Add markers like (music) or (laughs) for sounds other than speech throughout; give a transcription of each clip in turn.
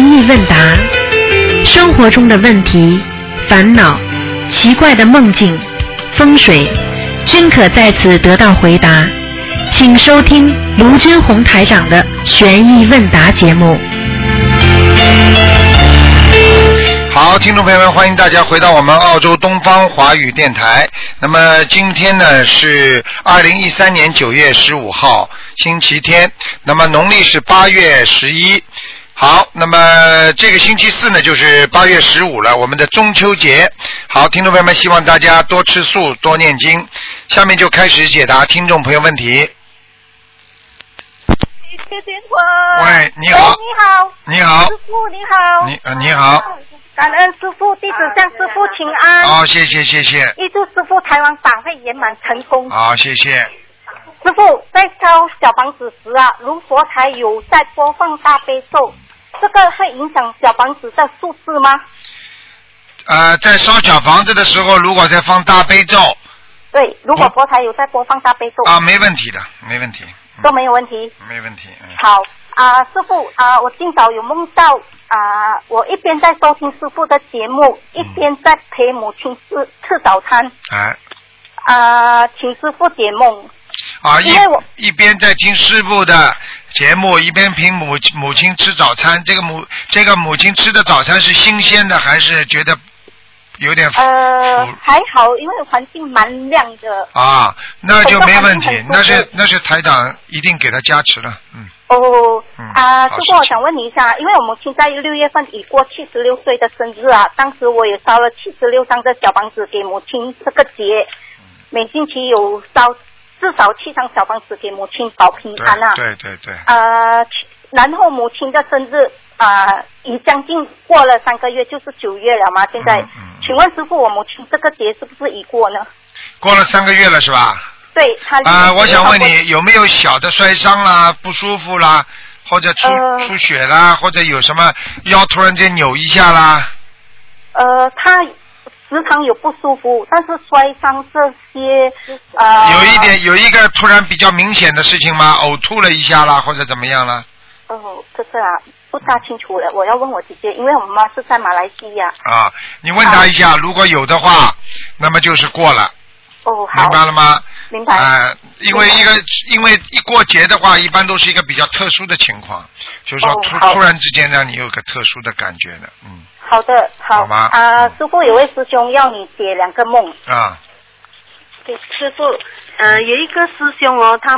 意问答，生活中的问题、烦恼、奇怪的梦境、风水，均可在此得到回答。请收听卢军红台长的《悬疑问答》节目。好，听众朋友们，欢迎大家回到我们澳洲东方华语电台。那么今天呢是二零一三年九月十五号，星期天。那么农历是八月十一。好，那么这个星期四呢，就是八月十五了，我们的中秋节。好，听众朋友们，希望大家多吃素，多念经。下面就开始解答听众朋友问题。谢谢我。喂你好喂你好，你好，师傅你好。你呃你好，感恩师傅，弟子向师傅请安。好、哦谢谢谢谢，预祝师傅台湾法会圆满成功。好、谢谢。师傅在烧小房子时啊，如佛台有在播放大悲咒，这个会影响小房子的数字吗？呃，在烧小房子的时候，如果在放大悲咒对，如果嗯佛台有在播放大悲咒，啊，没问题的，没问题，都没有问题。没问题。嗯，好啊，师傅啊，我今早有梦到啊，我一边在收听师傅的节目，嗯一边在陪母亲吃吃早餐哎，啊，请师傅解梦。啊，因为我一一边在听师傅的节目，一边凭母母亲吃早餐。这个母这个母亲吃的早餐是新鲜的，还是觉得有点腐、呃腐，还好，因为环境蛮亮的。啊？那就没问这题个，那还是很是那是台长一定给他加持了，嗯。哦嗯啊，好师傅，我谢谢想问你一下，因为我母亲在六月份已过七十六岁的生日啊，当时我也烧了七十六张的小房子给母亲这个节，嗯每星期有烧至少七张小房子给母亲保平对安啊。对对对，呃，然后母亲的生日啊、呃已将近过了三个月，就是九月了嘛。现在，嗯嗯请问师傅，我母亲这个节是不是已过呢？过了三个月了是吧？对，她啊、离我想问离你有没有小的摔伤啦、不舒服啦，或者出、呃出血啦，或者有什么腰突然间扭一下啦？呃，她时常有不舒服，但是摔伤这些呃，有一点有一个突然比较明显的事情吗？呕吐了一下啦，或者怎么样啦？哦，这个啊不大清楚了，我要问我姐姐，因为我妈是在马来西亚。啊，你问他一下，如果有的话，那么就是过了，哦，好明，白了吗？明白。啊、因为一个因为一过节的话，一般都是一个比较特殊的情况，就是说哦突、好突然之间让你有个特殊的感觉的，嗯好的，好好吗啊、师傅有位师兄要你解两个梦。啊，对，师傅，呃，有一个师兄哦，他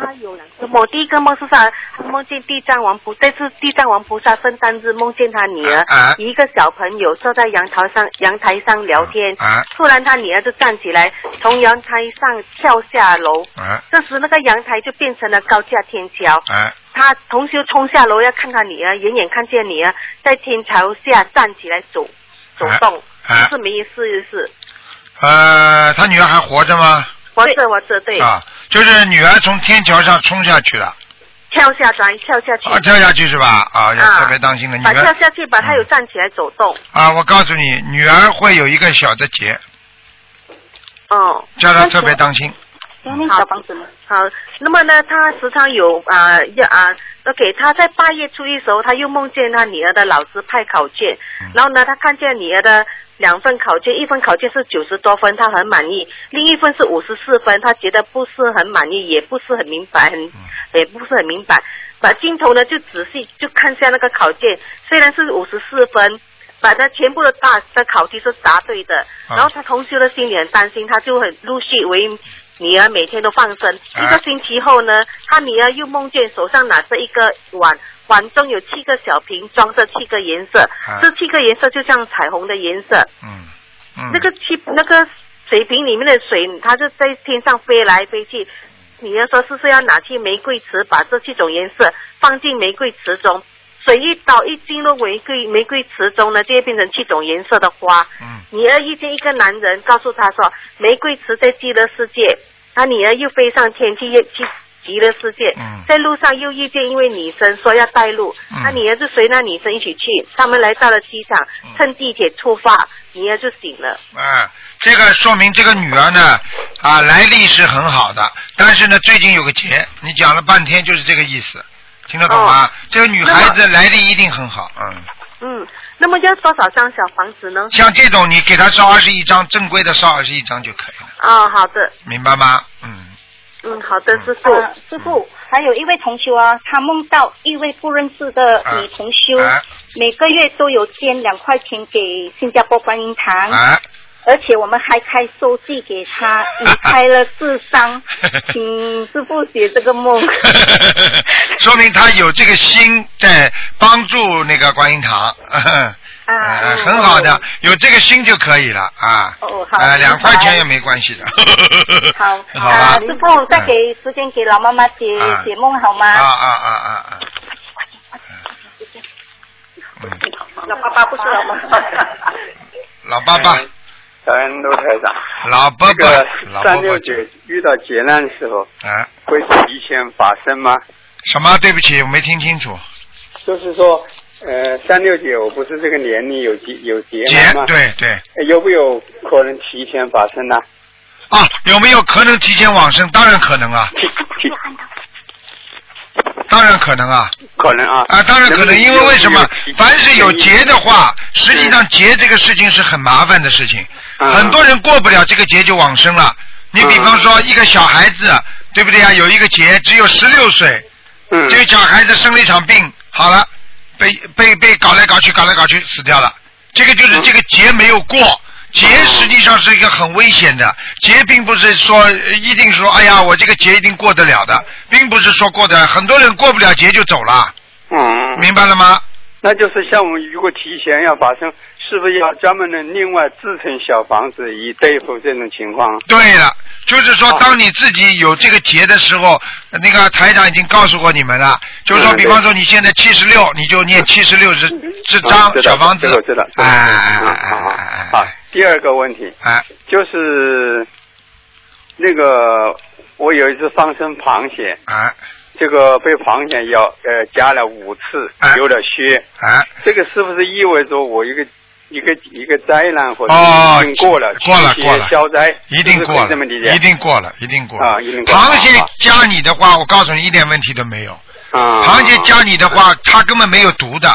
他有两个梦，第一个梦是啥？他梦见地藏王菩，这次地藏王菩萨圣诞日梦见他女儿啊啊与一个小朋友坐在阳台上阳台上聊天，啊突然他女儿就站起来，从阳台上跳下楼，啊这时那个阳台就变成了高架天桥，啊他同学冲下楼要看看女儿，远远看见女儿在天桥下站起来走走动，啊就是没事意思，呃，他女儿还活着吗？我这我这对。啊，就是女儿从天桥上冲下去了，跳下来，跳下去，啊，跳下去是吧？啊，要嗯啊特别当心了，女把跳儿下去，把他有站起来走动。啊，我告诉你，女儿会有一个小的结，哦，嗯叫她特别当心。要念小房子吗？好。那么呢，他时常有啊要啊，OK，他在八月初一时候，他又梦见他女儿的老师派考卷，然后呢，他看见女儿的两份考卷，一份考卷是九十多分，他很满意；另一份是五十四分，他觉得不是很满意，也不是很明白，很也不是很明白。把镜头呢就仔细就看下那个考卷，虽然是五十四分，把它全部的大的考题是答对的，啊然后他同学的心里很担心，他就很陆续为女儿每天都放生。啊一个星期后呢，他女儿又梦见手上拿着一个碗，碗中有七个小瓶，装着七个颜色，啊这七个颜色就像彩虹的颜色。嗯嗯，那个气那个水瓶里面的水，它就在天上飞来飞去。女儿说是不是要拿去玫瑰池，把这七种颜色放进玫瑰池中？水一倒一进入玫瑰玫瑰池中呢，就会变成七种颜色的花。嗯女儿遇见一个男人，告诉他说玫瑰池在极乐世界，他女儿又飞上天去去极乐世界。嗯在路上又遇见一位女生，说要带路，嗯他女儿就随那女生一起去。他们来到了机场，嗯乘地铁出发，女儿就醒了。啊，这个说明这个女儿呢，啊，来历是很好的，但是呢，最近有个结，你讲了半天就是这个意思，听得懂吗？哦这个女孩子来历一定很好，嗯。嗯，那么要多少张小房子嗯呢？像这种，你给她烧二十一张，正规的烧二十一张就可以了，啊、好的，明白 (laughs) 吗？嗯，嗯，好的，师傅。呃，师傅，还有一位同修啊，他梦到一位不认识的啊女同修，啊每个月都有捐两块钱给新加坡观音堂，啊，，而且我们还开收据给他，你开了智商请师傅解这 (laughs) 个梦。说明她有这个心在帮助那个观音啊堂， (laughs) 呃很好的，有这个心就可以了啊。嗯哦好呃，明白两块钱也没关系的。 (laughs) 好， (laughs) 好啊，吧。师傅再给时间给老妈妈解、啊解梦好吗？啊啊啊啊啊！嗯，老爸爸不是老妈妈。老爸爸，哎感恩陆台长。老爸这爸个，老爸三爸六九遇到劫难的时候啊，会提前发生吗？什么？对不起，我没听清楚。就是说，呃，三六九不是这个年龄有劫有劫姐难吗？，对对呃有没有可能提前发生呢、啊，有没有可能提前往生？当然可能啊，提提当然可能啊，可能啊啊，当然可能，因为为什么有提？凡是有劫的话，实际上劫这个事情是很麻烦的事情，嗯很多人过不了这个劫就往生了。你比方啊说一个小孩子，对不对啊？有一个劫，只有十六岁，嗯这个小孩子生了一场病，好了，被被被搞来搞去，搞来搞去死掉了。这个就是嗯哦这个劫没有过，劫实际上是一个很危险的，劫并不是说呃一定说，哎呀，我这个劫一定过得了的，并不是说过得，很多人过不了劫就走了，嗯，明白了吗？那就是像我们如果提前要发生，是不是要专门的另外制成小房子以对付这种情况？啊对了，就是说，哦当你自己有这个劫的时候，呃那个台长已经告诉过你们了，就是说，嗯比方说你现在七十六，你就念七十六是是张嗯知道小房子这个我知道，，这哎个哎我知道哎嗯好哎好好。第二个问题，哎哎，就是那个我有一次放生螃蟹，哎这个被螃蟹咬呃夹了五次哎，流了血，哎，这个是不是意味着我一个一个一个灾难或者哦已经过了，过了驱邪过了消灾，一定是不是过可以这么理了，解，一定过了，一定过了啊一定。过了螃蟹好好加你的话，我告诉你一点问题都没有。啊，螃蟹加你的话，它根本没有毒的，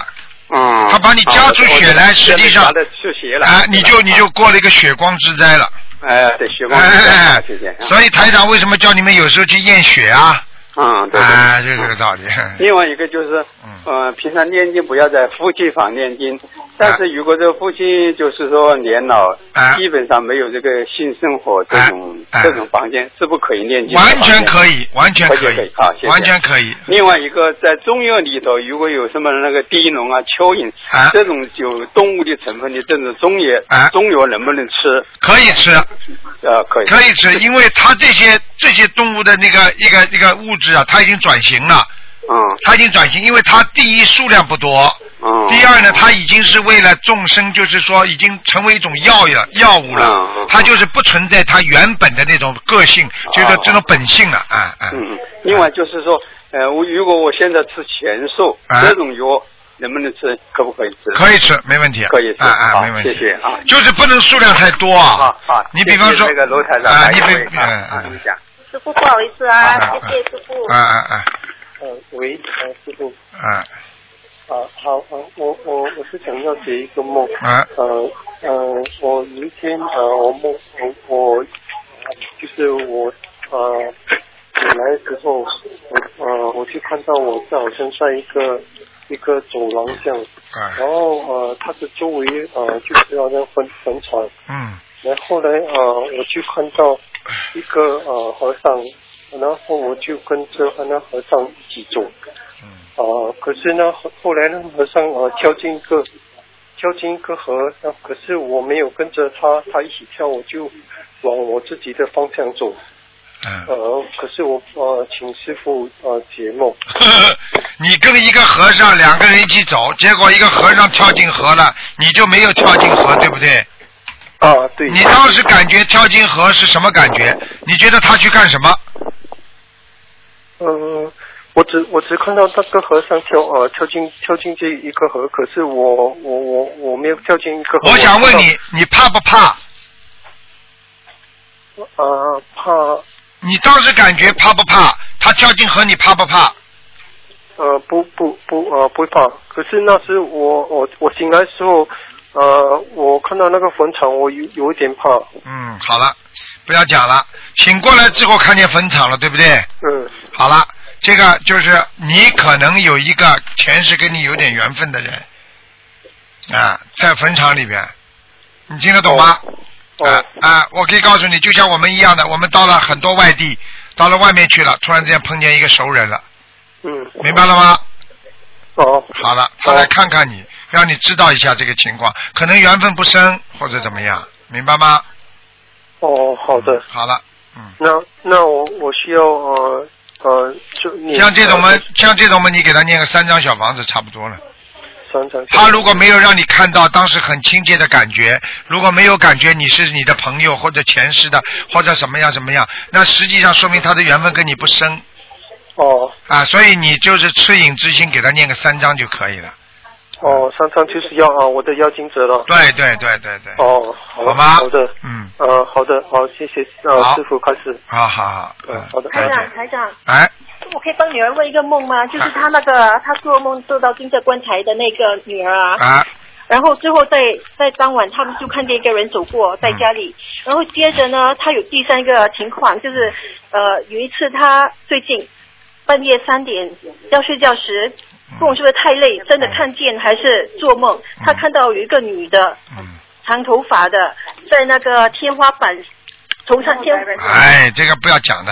嗯，它把你加出血来啊实际上加的出血了，哎，对你吧就你就过了一个血光之灾了。哎，对，血光之灾哎啊，谢谢啊，所以台长为什么叫你们有时候去验血啊？嗯，对，对哎，就这个道理。另外一个就是嗯，呃，平常念经不要在夫妻房念经，但是如果这夫妻就是说年老，啊基本上没有这个性生活这种、啊啊这种房间，是不可以念经的完全房可以，完全可完全可以以好谢，谢完全可以。间。另外一个，在中药里头，如果有什么那个地龙啊、蚯蚓、啊这种有动物的成分的这种中药，啊中药能不能吃？可以 (laughs) 吃，呃，可以。可以吃，因为它这些这些动物的那个一个一个物质啊，它已经转型了，嗯它已经转型，因为它第一数量不多，嗯。第二呢，它已经是为了众生，就是说已经成为一种药了药物了嗯，它就是不存在它原本的那种个性，就是说这种本性了，啊啊，嗯，嗯，另外就是说，呃，我如果我现在吃前素、啊这种药，能不能吃？可不可以吃？可以吃，没问题，可以吃啊啊，好没问题，谢谢啊就是不能数量太多啊好，好，你比方说谢谢那个楼台上啊，还你有一比位嗯啊啊，嗯你讲，师傅不好意思啊，啊谢谢师傅。啊啊啊呃，喂，呃，师傅，啊啊，好，呃，我我我是想要解一个梦，啊呃呃，我有一天呃，我梦我我就是我呃醒来的时候，我呃我就看到我在我身上一个一个走廊这样，啊，然后呃它的周围呃就是好像坟坟场，嗯然后呢，呃，我就看到一个呃和尚，然后我就跟着那和尚一起走，嗯呃，可是呢，后后来呢，和尚呃跳进一个跳进一个河，那、可是我没有跟着他，他一起跳，我就往我自己的方向走，嗯，呃，可是我呃请师傅呃解 (laughs) 梦，你跟一个和尚两个人一起走，结果一个和尚跳进河了，你就没有跳进河，对不对？啊，对，你当时感觉跳进河是什么感觉？你觉得他去干什么？呃，我只我只看到那个和尚跳呃跳进跳进这一个河，可是我我我我没有跳进一个河。我想问看你，你怕不怕？到，呃，怕你当时感觉怕不怕？他跳进河，你怕不怕？呃不不不呃不会怕。可是那时我我我醒来的时候，呃我看到那个坟场，我有有一点怕。嗯，好了，不要讲了。醒过来之后看见坟场了，对不对？嗯好了，这个就是你可能有一个前世跟你有点缘分的人啊，在坟场里边，你听得懂吗？哦啊啊！我可以告诉你，就像我们一样的，我们到了很多外地，到了外面去了，突然之间碰见一个熟人了，嗯明白了吗？哦好了，他来看看你，让你知道一下这个情况，可能缘分不深或者怎么样，明白吗？哦好的。好了，嗯，那那我我需要呃呃就你像这种嘛，像这种嘛，你给他念个三张小房子差不多了。三三他如果没有让你看到当时很亲切的感觉，如果没有感觉你是你的朋友或者前世的或者什么样什么样，那实际上说明他的缘分跟你不深哦啊，所以你就是恻隐之心，给他念个三章就可以了。哦三三就是要啊我的妖精者了。对对对对对，哦好好吗？好的。嗯，呃，好的，好，谢谢，呃，好师傅开始，好好好，嗯，好的，台了长，解台长，哎，我可以帮女儿问一个梦啊吗？就是她那个，她做梦做到金色棺材的那个女儿啊，啊，然后最后在在当晚，他们就看见一个人走过嗯在家里，然后接着呢，她有第三个情况，就是呃，有一次她最近半夜三点要睡觉时，嗯不懂是不是太累，真的看见还是做梦，她看到有一个女的嗯，长头发的在那个天花板头上天，哎，这个不要讲的，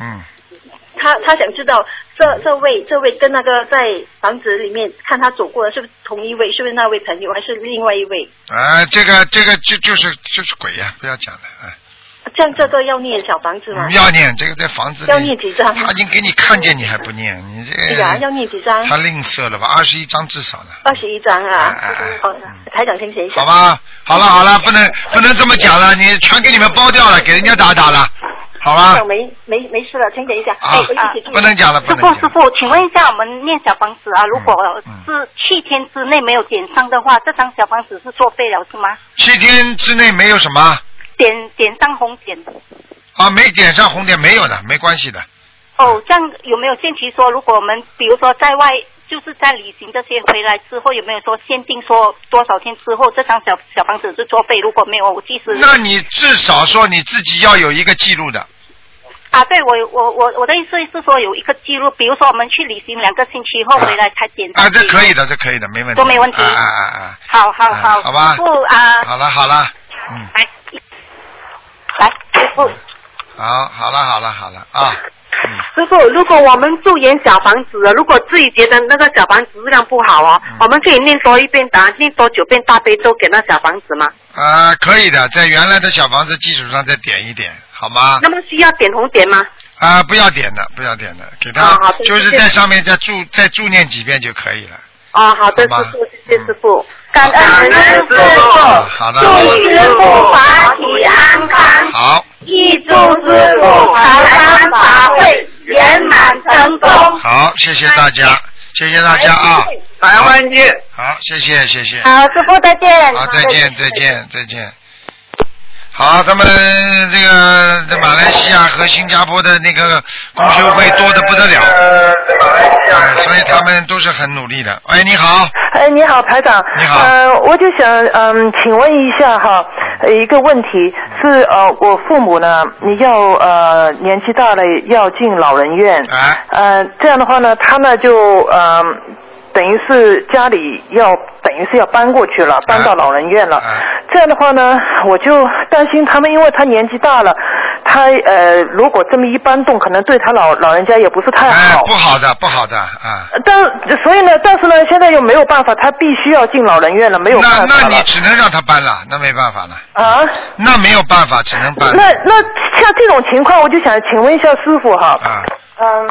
嗯，他他想知道这这位这位跟那个在房子里面看他走过的是不是同一位，是不是那位朋友，还是另外一位？哎，这个这个就就是就是鬼呀、不要讲了，哎。这样这个要念小房子吗嗯？要念这个在房子里，要念几张他已经给你看见，你还不念，你这对个哎呀、要念几张？他吝啬哎了吧？二十一张至少了，二十一张啊哎哎哎！好嗯，台长先写一下好。吧？好了好了，不能不能这么讲了，你全给你们包掉了，给人家打打了，好吧台长？没没没事了，请等一下。啊哎，我一起注，意不能讲了，不能师傅，讲师了。傅，请问一下，我们念小房子啊，如果嗯是七天之内没有点上的话，这张小房子是作废了是吗？七天之内没有什么点点上红点。啊，没点上红点没有的，没关系的。哦，这样有没有限期说，如果我们比如说在外，就是在旅行这些回来之后，有没有说限定说多少天之后这张小小房子是作废？如果没有，我即嗯使那你至少说你自己要有一个记录的，啊，对我我我我的意思是说有一个记录，比如说我们去旅行两个星期后回来才点啊，上去这可以的，这可以的，没问题，都没问题啊啊啊好好好，啊好吧师傅啊啊，，好了好了，嗯，来来，师傅。好，好了好了好了啊，嗯。师傅，如果我们住演小房子，如果自己觉得那个小房子质量不好哦，嗯我们可以念多一遍打，念多九遍大悲咒给那小房子吗？啊、可以的，在原来的小房子基础上再点一点，好吗？那么需要点红点吗？啊、不要点的，不要点的，给他、啊好的就是谢谢在上面再注再注念几遍就可以了。哦，好的，好吧师傅，谢谢师傅，感恩师傅啊好的，师傅法体安康，好，预祝师傅长安法会圆满成功。好，谢谢大家，谢谢大家啊，台湾见。好，哎谢谢，谢谢，好，师傅再见。好，再见，再见，再见。好，咱们这个这马来西亚和新加坡的那个公修会多的不得了，哎、所以他们都是很努力的。哎，你好，哎，你好，台长。你好呃，我就想，嗯，请问一下哈，呃一个问题是，呃，我父母呢，要呃年纪大了，要进老人院。哎，呃，这样的话呢，他呢就呃，等于是家里要等于是要搬过去了，搬到老人院了。哎这样的话呢，我就担心他们，因为他年纪大了，他呃如果这么一搬动，可能对他老老人家也不是太哎好。，不好的，不好的啊。呃但所以呢，但是呢，现在又没有办法，他必须要进老人院了，没有办法那了。那你只能让他搬了，那没办法了，啊？那没有办法，只能搬那那像这种情况，我就想请问一下师傅哈，啊，嗯，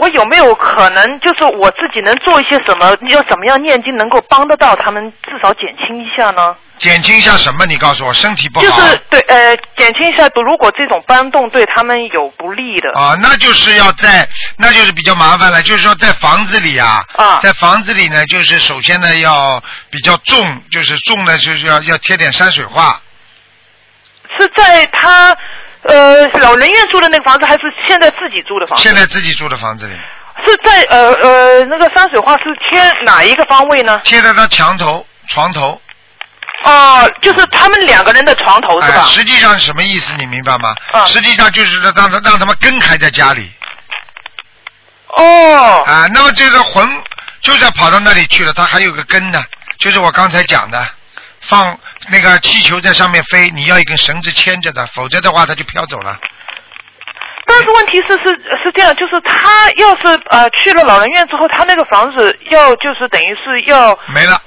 我有没有可能就是我自己能做一些什么，要怎么样念经能够帮得到他们，至少减轻一下呢？减轻一下什么？你告诉我，身体不就好是对呃，减轻一下，如果这种搬动对他们有不利的，啊，那就是要在，那就是比较麻烦了，就是说在房子里啊，啊在房子里呢，就是首先呢要比较重，就是重呢就是要要贴点山水画，是在他呃老人院住的那个房子，还是现在自己住的房子？现在自己住的房子里，是在呃呃那个山水画是贴哪一个方位呢？贴在他墙头、床头，哦，就是他们两个人的床头哎、是吧？实际上是什么意思？你明白吗？嗯实际上就是让他让他们根还在家里哦啊、那么这个魂就在跑到那里去了，他还有个根呢，就是我刚才讲的，放那个气球在上面飞，你要一根绳子牵着的，否则的话它就飘走了。但是问题是是是这样，就是他要是呃去了老人院之后，他那个房子要就是等于是要啊、没了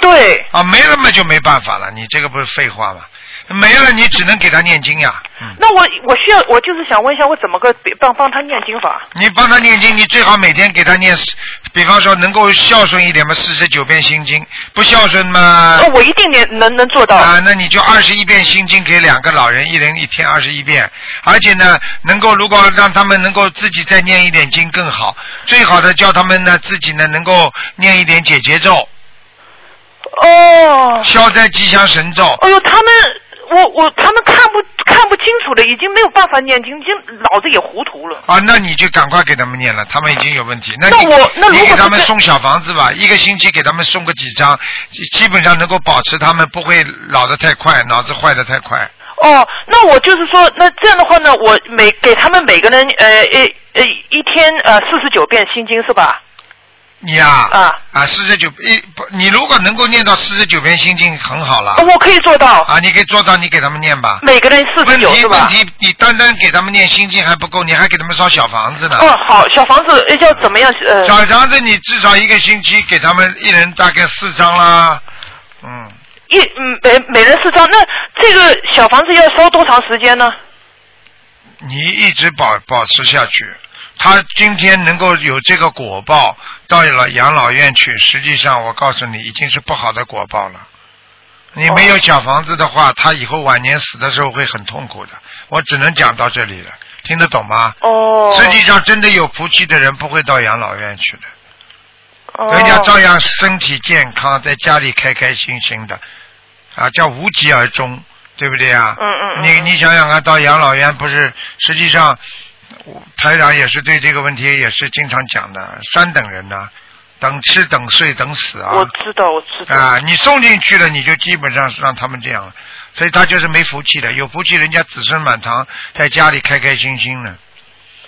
对，啊，没了嘛就没办法了，你这个不是废话吗？没了你只能给他念经呀。嗯，那我我需要我就是想问一下，我怎么个帮帮他念经法？你帮他念经，你最好每天给他念，比方说能够孝顺一点嘛，四十九遍心经；不孝顺嘛，哦，我一定能能能做到。啊，那你就二十一遍心经给两个老人，一人一天二十一遍，而且呢，能够如果让他们能够自己再念一点经更好，最好的叫他们呢自己呢能够念一点解结咒、哦，消灾吉祥神咒。哎呦，他们我我他们看不看不清楚了，已经没有办法念经，已经脑子也糊涂了。啊，那你就赶快给他们念了，他们已经有问题。那那你我那你如给果他不们是送小房子吧，一个星期给他们送个几张，基基本上能够保持他们不会老得太快，脑子坏得太快。哦，那我就是说，那这样的话呢，我每给他们每个人呃呃呃一天呃四十九遍心经是吧？你呀、啊，啊，四十九一不，你如果能够念到四十九遍心经，很好了。哦我可以做到，啊，你可以做到，你给他们念吧。每个人四问十题九是问吧？题，你单单给他们念心经还不够，你还给他们烧小房子呢。哦，好，小房子呃要怎么样？呃，嗯小房子你至少一个星期给他们一人大概四张啦，嗯。一嗯每每人四张，那这个小房子要烧多长时间呢？你一直保保持下去，他今天能够有这个果报，到了养老院去，实际上我告诉你，已经是不好的果报了。你没有小房子的话，他以后晚年死的时候会很痛苦的。我只能讲到这里了，听得懂吗？哦，实际上，真的有福气的人不会到养老院去的，哦人家照样身体健康，在家里开开心心的，啊，叫无疾而终，对不对啊？嗯嗯嗯你你想想看，到养老院不是，实际上，我台长也是对这个问题也是经常讲的，三等人呐、等吃等睡等死啊。我知道，我知道。啊，你送进去了，你就基本上是让他们这样了，所以他就是没福气的。有福气，人家子孙满堂，在家里开开心心的，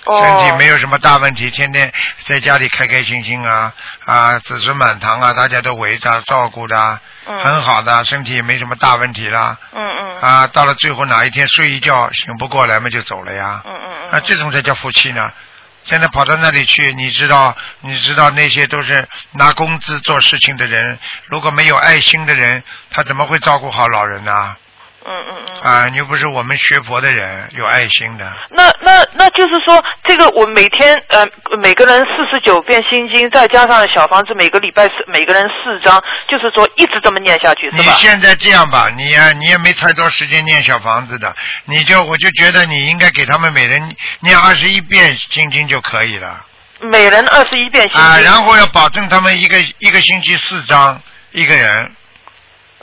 哦身体没有什么大问题，天天在家里开开心心啊啊，子孙满堂啊，大家都围着照顾的啊，嗯很好的，身体也没什么大问题啦。嗯嗯啊，到了最后哪一天睡一觉醒不过来嘛，就走了呀。嗯嗯啊，这种才叫夫妻呢。现在跑到那里去，你知道，你知道那些都是拿工资做事情的人，如果没有爱心的人，他怎么会照顾好老人呢？嗯嗯嗯。啊，你又不是我们学佛的人，有爱心的。那那那就是说，这个我每天呃每个人四十九遍心经，再加上小房子每个礼拜四每个人四张，就是说一直这么念下去是你吧？现在这样吧，你呀、你也没太多时间念小房子的，你就我就觉得你应该给他们每人念二十一遍心经就可以了每人二十一遍心经。啊，然后要保证他们一个一个星期四张一个人，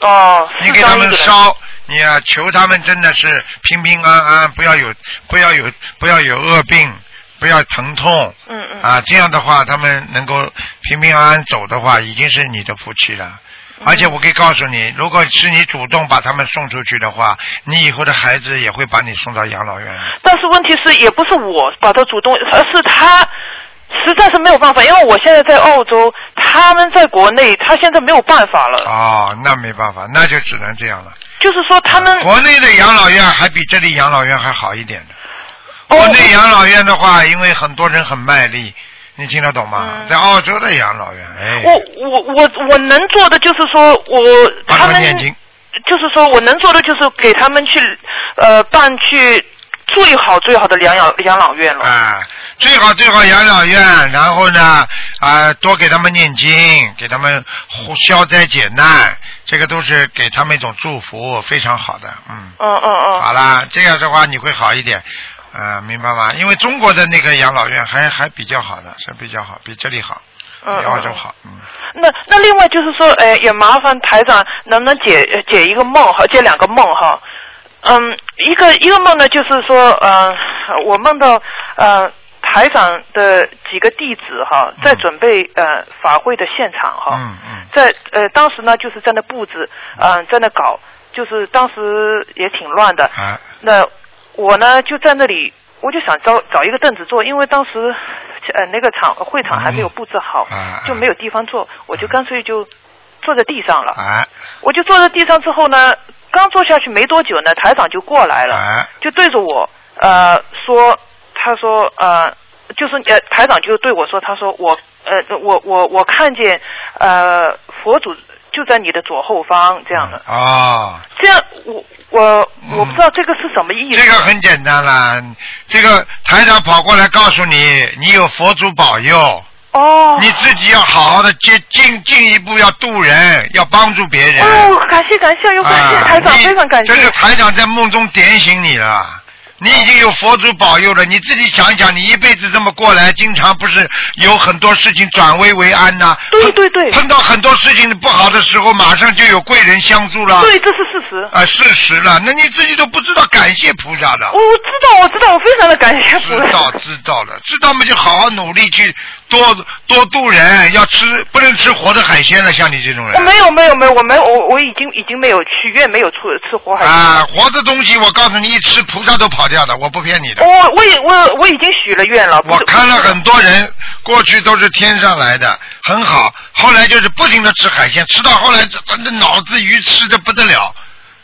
哦，你四给他张一们个人。烧，你啊求他们真的是平平安安，不要有不要有不要有恶病，不要疼痛嗯 (laughs) 嗯。啊，这样的话他们能够平平安安走的话，已经是你的福气了。嗯而且我可以告诉你，如果是你主动把他们送出去的话，你以后的孩子也会把你送到养老 (laughs) 院的。但是问题是，也不是我把他主动，而是他实在是没有办法，因为我现在在澳洲，他们在国内，他现在没有办法了。哦，那没办法，那就只能这样了。就是说他们国内的养老院还比这里养老院还好一点的。哦国内养老院的话，因为很多人很卖力，你听得懂吗？嗯在澳洲的养老院，哎，我我我我能做的就是说我帮他他们们念经，就是说我能做的就是给他们去呃办去最好最好的养老养老院了。啊，最好最好养老院，然后呢，啊，多给他们念经，给他们护消灾解难，这个都是给他们一种祝福，非常好的，嗯。嗯嗯嗯。好啦，这样的话你会好一点，啊、明白吗？因为中国的那个养老院还还比较好的，是比较好，比这里好，比嗯澳洲嗯好，嗯。那那另外就是说，呃，也麻烦台长能不能解呃解一个梦哈，解两个梦哈。嗯，一个一个梦呢，就是说，嗯、呃，我梦到，呃，台台长的几个弟子哈，在准备呃法会的现场哈，嗯嗯在呃当时呢就是在那布置，嗯、在那搞，就是当时也挺乱的。啊那我呢就在那里，我就想找找一个凳子坐，因为当时呃那个场会场还没有布置好，啊就没有地方坐，我就干脆就坐在地上了。啊我就坐在地上之后呢，刚坐下去没多久呢，台长就过来了，啊就对着我呃说，他说呃，就是呃台长就对我说，他说我呃我我我看见呃佛祖就在你的左后方这样的，哦，这样我我嗯我不知道这个是什么意思，这个很简单啦，这个台长跑过来告诉你，你有佛祖保佑，哦你自己要好好的接进进一步要度人，要帮助别人。哦，感谢感谢，又感谢啊，台长，你非常感谢这。是台长在梦中点醒你了。你已经有佛祖保佑了，你自己想一想，你一辈子这么过来，经常不是有很多事情转危为安呐、对碰对对碰到很多事情不好的时候，马上就有贵人相助了，对，这是事实。啊、事实了，那你自己都不知道感谢菩萨的。我哦我知道，我知道，我非常的感谢知菩萨。道知道了，知道嘛就好好努力去多多度人，要吃不能吃活的海鲜了，像你这种我人没有没有没有，我没有我我已经已经没有去愿没有吃吃活海鲜。啊，活的东西我告诉你，一吃菩萨都跑掉的，我不骗你的。我我已我我已经许了愿了。不我是看了很多人，过去都是天上来的，很好，后来就是不停的吃海鲜，吃到后来这这脑子鱼吃的不得了，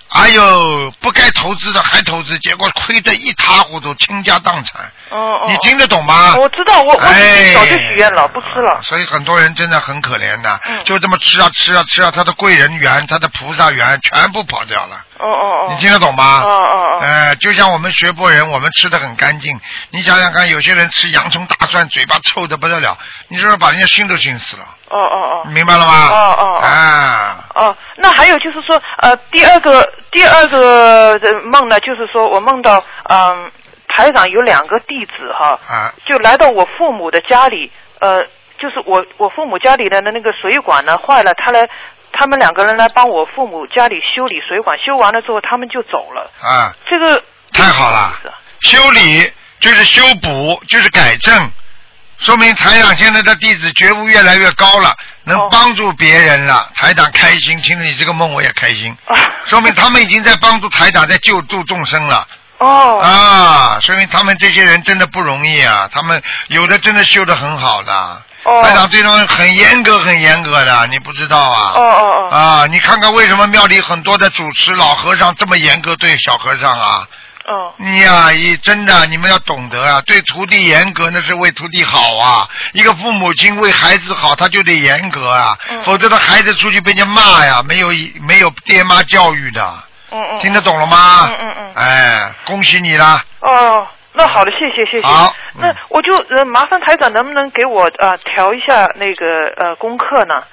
哎呦，不该投资的还投资，结果亏得一塌糊涂，倾家荡产。嗯嗯，你听得懂吗？我知道，我我已哎经早就许愿了，不吃了。所以很多人真的很可怜的，嗯就这么吃啊吃啊吃啊，他的贵人缘、他的菩萨缘全部跑掉了。哦哦哦，你听得懂吗？哦哦哦，呃，就像我们学佛人，我们吃的很干净。你想想看，有些人吃洋葱、大蒜，嘴巴臭的不得了，你说把人家熏都熏死了，哦哦你明白了吗？哦哦哦啊，哦哦，那还有就是说，呃，第二个第二个呃梦呢，就是说我梦到嗯，台长有两个弟子哈，啊就来到我父母的家里，呃，就是我我父母家里的那个水管呢坏了，他来他们两个人来帮我父母家里修理水管，修完了之后他们就走了。啊，这个太好了是啊修理就是修补，就是改正，说明台长现在的弟子觉悟越来越高了，能哦帮助别人了。台长开心，听了你这个梦我也开心，啊说明他们已经在帮助台长在救助众生了。哦啊，说明他们这些人真的不容易啊！他们有的真的修得很好的，哦班长对他们很严格、很严格的，你不知道啊。哦哦哦啊，你看看为什么庙里很多的主持老和尚这么严格对小和尚啊？哦你呀、一真的，你们要懂得啊，对徒弟严格那是为徒弟好啊。一个父母亲为孩子好，他就得严格啊，嗯否则他孩子出去被人家骂呀，没有没有爹妈教育的，嗯嗯，听得懂了吗？嗯嗯嗯哎，恭喜你啦！哦。那好的，谢谢谢谢。好嗯那我就呃麻烦台长能不能给我呃调一下那个呃功课呢？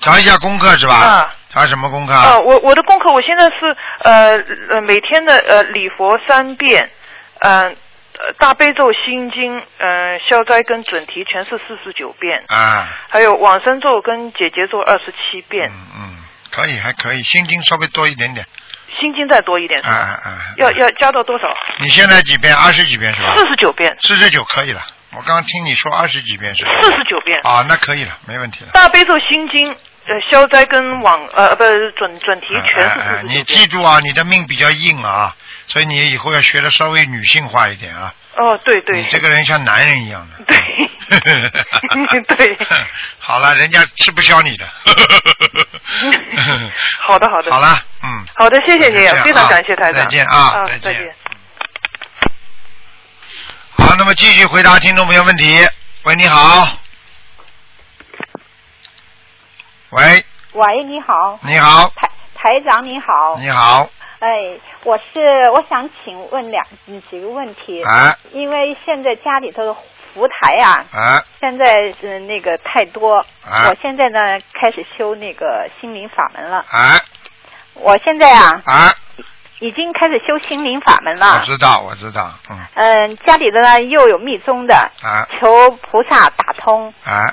查一下功课是吧？啊查什么功课？啊，我我的功课我现在是呃呃每天的呃礼佛三遍，嗯、呃大悲咒心经，嗯、消灾跟准提全是四十九遍，啊，还有往生咒跟解结咒二十七遍嗯，嗯，可以还可以，心经稍微多一点点。心经再多一点，啊啊啊！要要加到多少？你现在几遍？二十几遍是吧？四十九遍，四十九可以了。我刚刚听你说二十几遍是吧？四十九遍。啊，那可以了，没问题了。大悲咒心经，呃消灾跟往呃不是准准提全哎是哎哎四你十九记遍。住啊，你的命比较硬啊，所以你以后要学的稍微女性化一点啊。哦，对对你。这个人像男人一样的。 (laughs) 对，对，好了，人家吃不消你的。 (laughs) 好的好的好了，嗯。好的，谢谢就这你样啊，非常感谢台长。再见啊，再再见。好，那么继续回答听众朋友问题。喂，你好。喂，喂，你好，你好，台台长你好，你好，哎，我是我想请问两嗯几个问题，哎因为现在家里头的福台啊，哎现在是那个太多，啊我现在呢开始修那个心灵法门了，哎我现在啊哎，已经开始修心灵法门我了，知道，我知道，嗯，嗯，家里的呢又有密宗的，啊求菩萨打通，哎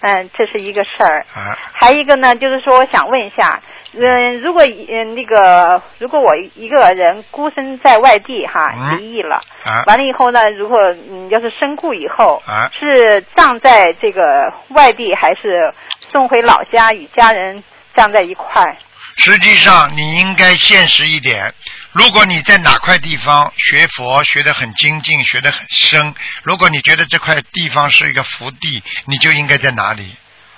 嗯、嗯，这是一个事儿。啊，还有一个呢，就是说我想问一下，嗯，如果嗯那个如果我一个人孤身在外地哈，嗯离异了，啊完了以后呢，如果嗯要是身故以后，啊是葬在这个外地，还是送回老家与家人葬在一块儿？实际上你应该现实一点。如果你在哪块地方学佛学得很精进，学得很深，如果你觉得这块地方是一个福地，你就应该在哪里。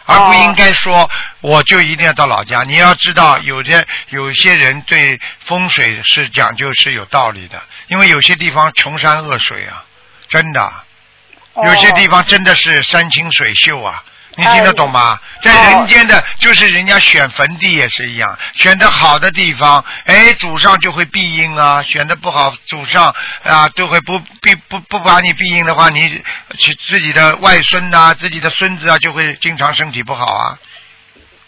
而不应该说，我就一定要到老家。你要知道，有些有些人对风水是讲究是有道理的，因为有些地方穷山恶水啊，真的。有些地方真的是山清水秀啊，你听得懂吗？哦在人间的，就是人家选坟地也是一样，选的好的地方，哎，祖上就会庇荫啊；选的不好，祖上啊都会不庇不不把你庇荫的话，你其自己的外孙呐、自己的孙子啊，就会经常身体不好啊，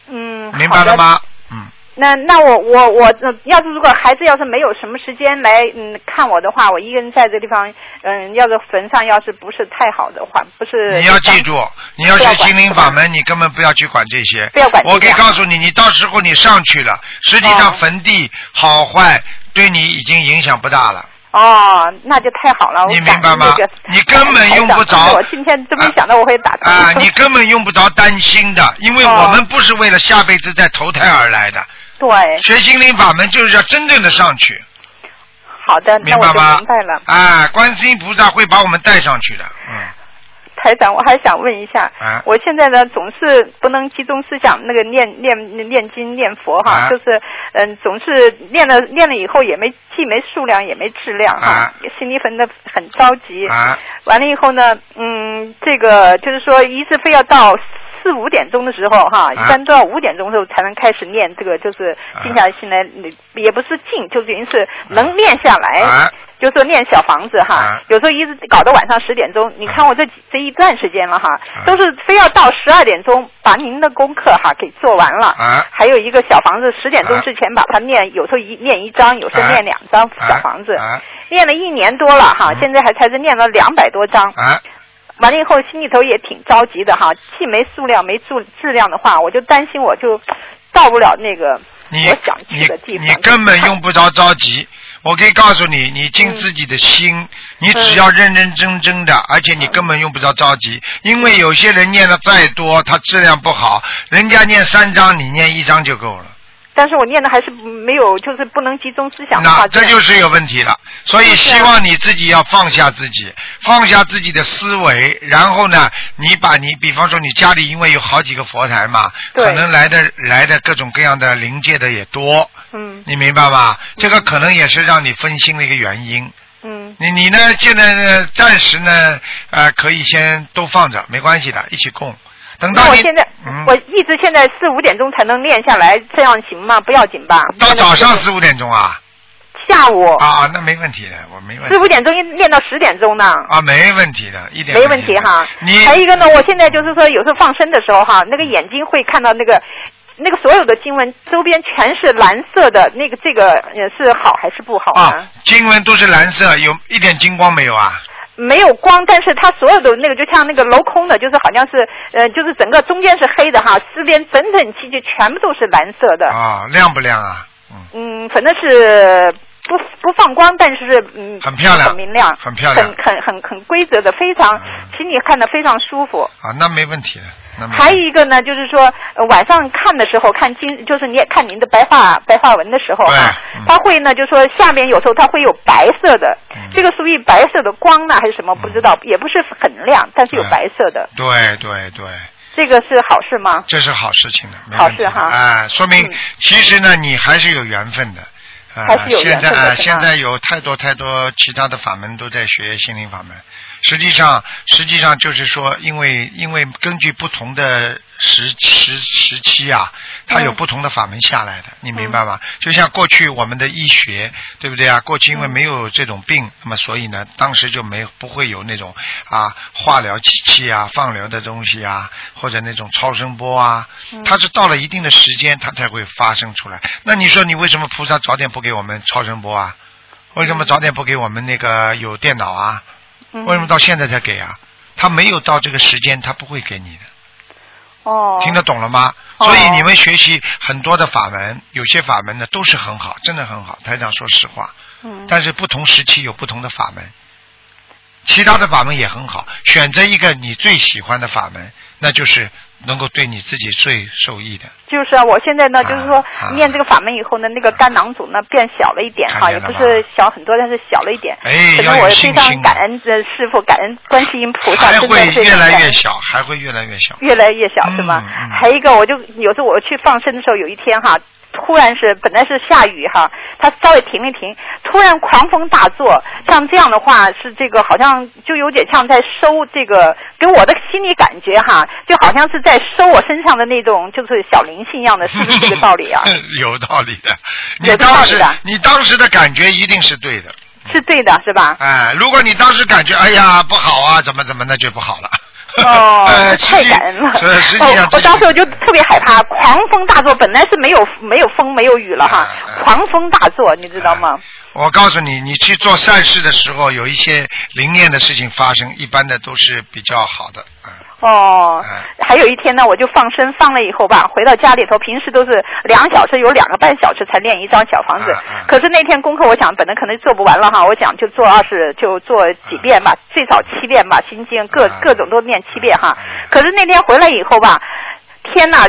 嗯，明白好的了吗？嗯，那那我我我呃要是如果孩子要是没有什么时间来嗯看我的话，我一个人在这地方嗯，要是坟上要是不是太好的话，不是你要记住，你要不要学管心灵法门，你根本不要去管这些。不要管我可以这些告诉你，你到时候你上去了，实际上哦坟地好坏对你已经影响不大了。哦，那就太好了。我你明感白恩吗这个你根本台长用不着真的我今天都没想到我会打通。啊，你根本用不着担心的，因为哦我们不是为了下辈子再投胎而来的。对，学心灵法门就是要真正的上去，好的，那明我白就吗？明白了。啊，观世音菩萨会把我们带上去的。嗯，台长，我还想问一下，啊我现在呢总是不能集中思想，那个念念念经念佛哈，啊就是嗯，总是念了念了以后也没既没数量也没质量哈，啊心里很的很着急。啊，完了以后呢，嗯，这个就是说一直非要到。四五点钟的时候，哈，一啊般都要五点钟的时候才能开始念这个，就是静下心来，嗯也不是静，就等于是能念下来，啊，就说念小房子哈，啊有时候一直搞到晚上十点钟。你看我这几这一段时间了哈，啊都是非要到十二点钟把您的功课哈给做完了。啊还有一个小房子，十点钟之前把它念，有时候一念一张，有时候念两张小房子，啊念了一年多了哈，嗯现在还才是念了两百多张。啊完了以后，心里头也挺着急的哈，既没数量没质质量的话，我就担心我就到不了那个你我想去你的地方。你根本用不着着急。我可以告诉你，你嗯尽自己的心，你只要认认真真的，而且你嗯根本用不着着急，因为有些人念的再多，他质量不好，人家念三章，你念一章就够了。但是我念的还是没有，就是不能集中思想的话，那这样就是有问题了。所以就是啊希望你自己要放下自己，放下自己的思维，然后呢，你把你，比方说你家里因为有好几个佛台嘛，对可能来的来的各种各样的灵界的也多，嗯你明白吧？这个可能也是让你分心的一个原因。嗯你你呢？现在呢，暂时呢，呃，可以先都放着，没关系的，一起供。等那到我你现在、嗯我一直现在四五点钟才能练下来，这样行吗？不要紧吧？到早上四五点钟啊下午啊，那没问题的，我没问题四。五点钟一练到十点钟呢。啊，没问题的，一点没问问题题哈，你还有一个呢，我现在就是说，有时候放生的时候哈，那个眼睛会看到那个，那个所有的经文周边全是蓝色的，那个这个呃是好还是不好呢？啊，经文都是蓝色，有一点金光没有啊？没有光，但是它所有的那个就像那个镂空的，就是好像是呃，就是整个中间是黑的哈，四边整整齐齐全部都是蓝色的。啊，亮不亮啊？嗯，嗯，反正是不不放光，但是是嗯，很漂亮很明亮，很漂亮很很很很规则的，非常嗯，心里看的非常舒服。啊，那没问题的，那没问题还有一个呢，就是说、呃晚上看的时候，看经，就是你也看您的白话白话文的时候啊对嗯，它会呢，就说下面有时候它会有白色的，嗯这个属于白色的光啊呢，还是什么不知道，也不是很亮，但是有嗯白色的，对对对，这个是好事吗？这是好事情的，没好问题的事哈啊，说明嗯其实呢，你还是有缘分的。啊还是有现缘在分的啊，是吧现在有太多太多其他的法门都在学心灵法门。实际上，实际上就是说，因为因为根据不同的时时时期啊，它有不同的法门下来的，你明白吗？就像过去我们的医学，对不对啊？过去因为没有这种病，那么所以呢，当时就没有不会有那种啊化疗机器啊、放疗的东西啊，或者那种超声波啊，它是到了一定的时间，它才会发生出来。那你说你为什么菩萨早点不给我们超声波啊？为什么早点不给我们那个有电脑啊？嗯为什么到现在才给啊？他没有到这个时间，他不会给你的。哦，嗯听得懂了吗？哦所以你们学习很多的法门，有些法门呢都是很好，真的很好。台长说实话，嗯，但是不同时期有不同的法门，其他的法门也很好。选择一个你最喜欢的法门，那就是能够对你自己最受益的。就是啊，我现在呢，就是说啊念这个法门以后呢，那个肝囊肿呢变小了一点哈，看也见了不吧是小很多，但是小了一点。哎可能要有我信非常心感恩这师傅，感恩观世音菩萨，还真的会是越来感越恩小，还会越来越小。越来越小是吗？嗯还有一个，我就有时候我去放生的时候，有一天哈，突然是本来是下雨哈，它稍微停了停，突然狂风大作，像这样的话是这个好像就有点像在收这个，给我的心理感觉哈，就好像是在收我身上的那种就是小灵性一样的，是 (laughs) 不是这个道理啊？有道理的，你 (laughs) 有道当理时的你当时的感觉一定是对的。是对的，是 (laughs) 吧？哎，如果你当时感觉哎呀不好啊，怎么怎么，那就不好了。哦哎，太感恩了！是呃实际上哦，这是我当时我就特别害怕，狂风大作，本来是没有没有风没有雨了啊哈，狂风大作，你知道吗？我告诉你，你去做善事的时候，有一些灵验的事情发生，一般的都是比较好的。嗯哦，还有一天呢，我就放生放了以后吧，回到家里头，平时都是两小时有两个半小时才练一张小房子，啊嗯可是那天功课我想本来可能做不完了哈，我想就做二十就做几遍嗯吧，最少七遍吧，心经各各种都念七遍哈。嗯可是那天回来以后吧，天呐！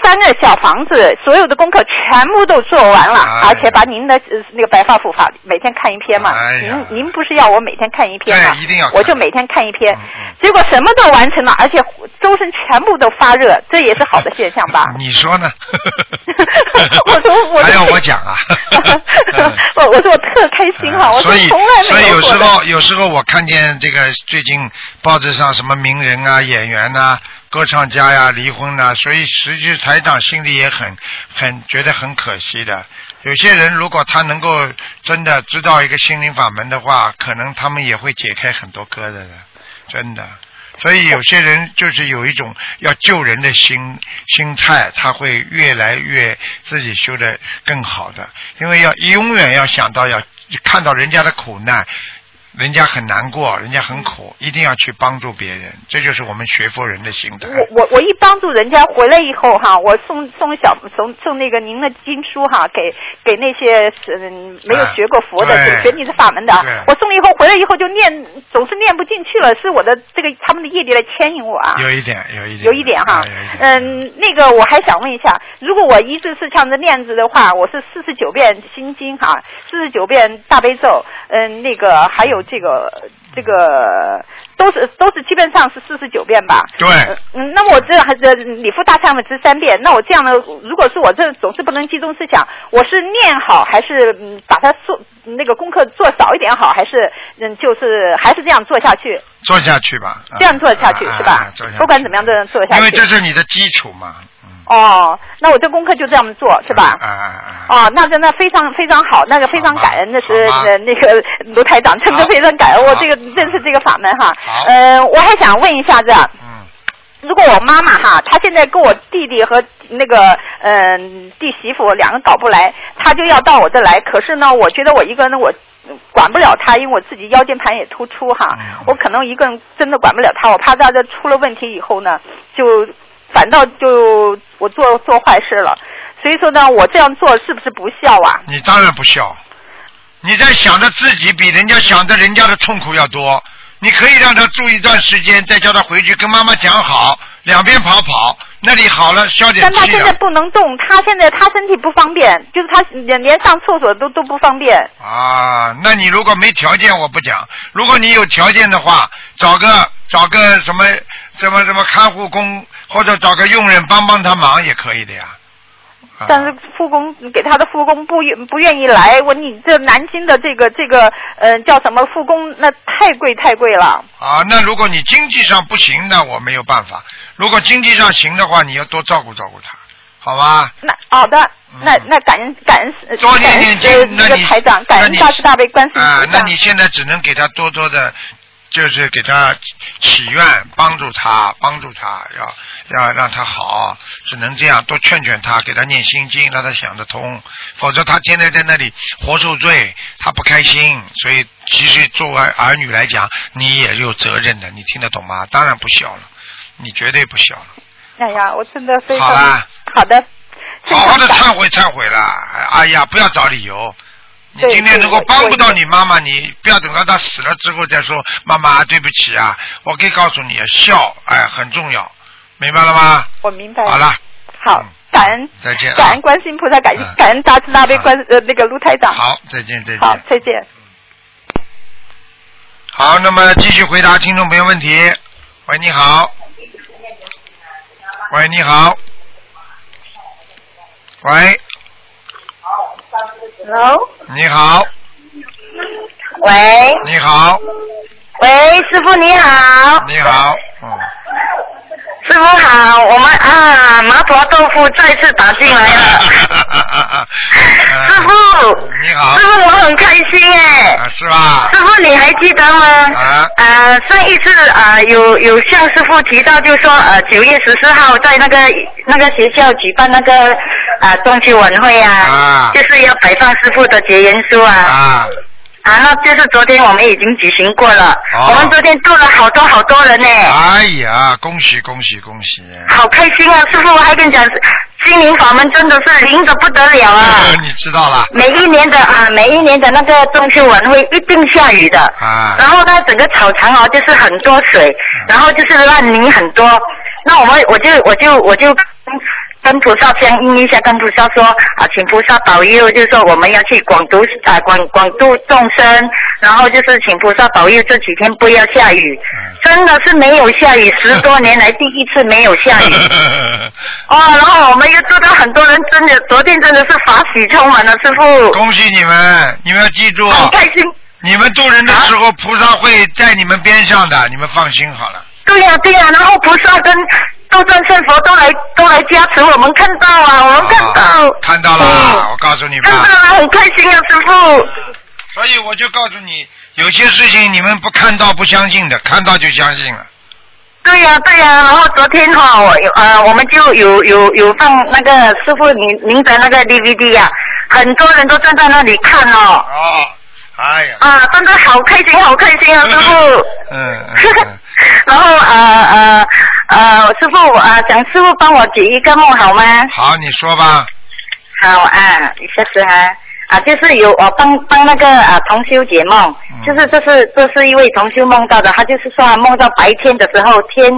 三个小房子，所有的功课全部都做完了，哎而且把您的、呃那个白发复发每天看一篇嘛，您您不是要我每天看一篇吗？哎对一定要看？我就每天看一篇，结果什么都完成了，而且周身全部都发热，这也是好的现象吧 (laughs) (laughs) 你说呢？我说我还要我讲啊？我我说我特开心啊哈、啊我说所以从来所没以有有过时的。候有时候我看见这个最近报纸上什么名人啊、演员呐、歌唱家呀、离婚呐、所以实际台长心里也很很觉得很可惜的。有些人如果他能够真的知道一个心灵法门的话，可能他们也会解开很多疙瘩的，真的。所以有些人就是有一种要救人的心心态，他会越来越自己修的更好的，因为要永远要想到要看到人家的苦难，人家很难过，人家很苦，一定要去帮助别人，这就是我们学佛人的心态。我我我一帮助人家回来以后哈，我送送小送送那个您的经书哈，给给那些嗯没有学过佛的、哎学学你的法门的啊对，我送了以后回来以后就念，总是念不进去了，是我的这个他们的业力来牵引我啊。有一点，有一点，有一点哈哎有一，嗯，那个我还想问一下，如果我一直是这样子念子的话，我是四十九遍心经哈，四十九遍大悲咒，嗯，那个还有这个这个都是都是基本上是四十九遍吧。对呃嗯，那么我这还是礼佛大忏悔十三遍，那我这样的，如果是我这总是不能集中思想，我是念好还是嗯把它做那个功课做少一点好，还是嗯就是还是这样做下去，做下去吧，啊这样做下去啊是啊吧啊做下？去不管怎么样都能做下去。因为这是你的基础嘛，哦，那我这功课就这样做是吧？啊啊啊！哦，那真的非常非常好，那个非常感恩，那是好吧呃那个卢台长，真的非常感恩我这个认识这个法门哈。呃，我还想问一下子，啊嗯如果我妈妈哈，她现在跟我弟弟和那个嗯、弟媳妇两个搞不来，她就要到我这来，可是呢，我觉得我一个人我。管不了她，因为我自己腰间盘也突出哈，嗯我可能一个人真的管不了她，我怕她这出了问题以后呢，就反倒就我做做坏事了。所以说呢，我这样做是不是不孝啊？你当然不孝，你在想着自己比人家想着人家的痛苦要多。你可以让他住一段时间，再叫他回去跟妈妈讲好，两边跑跑，那里好了消点但他气现在了。不能动，他现在他身体不方便，就是他连连上厕所都都不方便。啊，那你如果没条件，我不讲；如果你有条件的话，找个找个什么什么什么看护工，或者找个佣人帮帮他忙也可以的呀。啊、但是护工给他的护工不愿不愿意来，我你这南京的这个这个呃叫什么护工，那太贵太贵了。啊，那如果你经济上不行，那我没有办法；如果经济上行的话，你要多照顾照顾他，好吧？那好的，那那感恩感恩呃嗯多念感念恩经呃那这个你台长，感那恩你大慈大悲观世音啊，菩那萨。你现在只能给他多多的，就是给他祈愿，帮助他，帮助他，要要让他好，只能这样，多劝劝他，给他念心经，让他想得通，否则他现在在那里活受罪，他不开心，所以其实作为儿女来讲，你也有责任的，你听得懂吗？当然不孝了，你绝对不孝了。哎呀，我真的非常好啦好的，非好常好的感忏悔忏悔啦！哎呀，不要找理由。你对今天对如果我帮我不到你妈妈，你不要等到她死了之后再说妈妈对不起啊！我可以告诉你，笑哎很重要，明白了吗？我明白。好嗯了，，好，感恩再见感啊！恩观世音菩萨，感恩感恩大慈大悲观呃那个卢台长。好，再见再好见。，再见。好，那么继续回答听众朋友问题。喂，你好。喂，你好。喂， Hello，你好，喂你好，喂，师傅你好，你好，师傅好，我们啊麻婆豆腐再次打进来了， (laughs) 师傅，你好师傅我很开心哎，啊，是吧？师傅你还记得吗？啊，呃，上一次呃有有向师傅提到，就说呃九月十四号在那个那个学校举办那个呃冬季晚会啊，啊就是要摆放师傅的结缘书啊。啊。啊，那就是昨天我们已经举行过了，哦我们昨天度了好多好多人呢，哎呀，恭喜恭喜恭喜！好开心啊！师傅我还跟你讲，心灵法门真的是灵的不得了啊！你知道了每一年的啊，每一年的那个中秋晚会一定下雨的。啊然后呢，整个草场哦，就是很多水，然后就是烂泥很多。那我们我就我就我就跟跟菩萨相应一下，跟菩萨说啊，请菩萨保佑，就是说我们要去广度啊广广度众生，然后就是请菩萨保佑这几天不要下雨。真的是没有下雨，十多年来第一次没有下雨。哦，然后我们又做到很多人真的，昨天真的是法喜充满了，师傅。恭喜你们！你们要记住，很开心。你们渡人的时候，菩萨会在你们边上的，你们放心好了。对呀、对呀、然后菩萨跟斗战胜佛都来都来加持，我们看到啊，我们看到，嗯啊看到了，我告诉你看到吧。了，很开心啊，师傅。所以我就告诉你，有些事情你们不看到不相信的，看到就相信了。对呀、对呀、然后昨天哈、我有呃，我们就有有有放那个师傅您您的那个 DVD 呀、啊很多人都站在那里看哦，哦，哎呀，啊，真的好开心，好开心啊，师傅。嗯嗯 (laughs) 然后呃呃呃，师傅我呃，想师傅帮我解一个梦好吗？好，你说吧。好啊，一下子哈啊，就是有我帮帮那个啊同修解梦，就是这是这是一位同修梦到的，他就是说啊梦到白天的时候天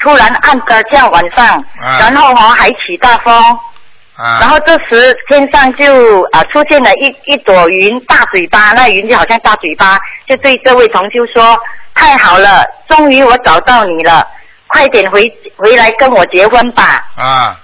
突然暗的像晚上，啊然后哦还起大风，啊然后这时天上就啊出现了一一朵云，大嘴巴，那云就好像大嘴巴，就对这位同修说：“太好了，终于我找到你了，快点回回来跟我结婚吧。啊”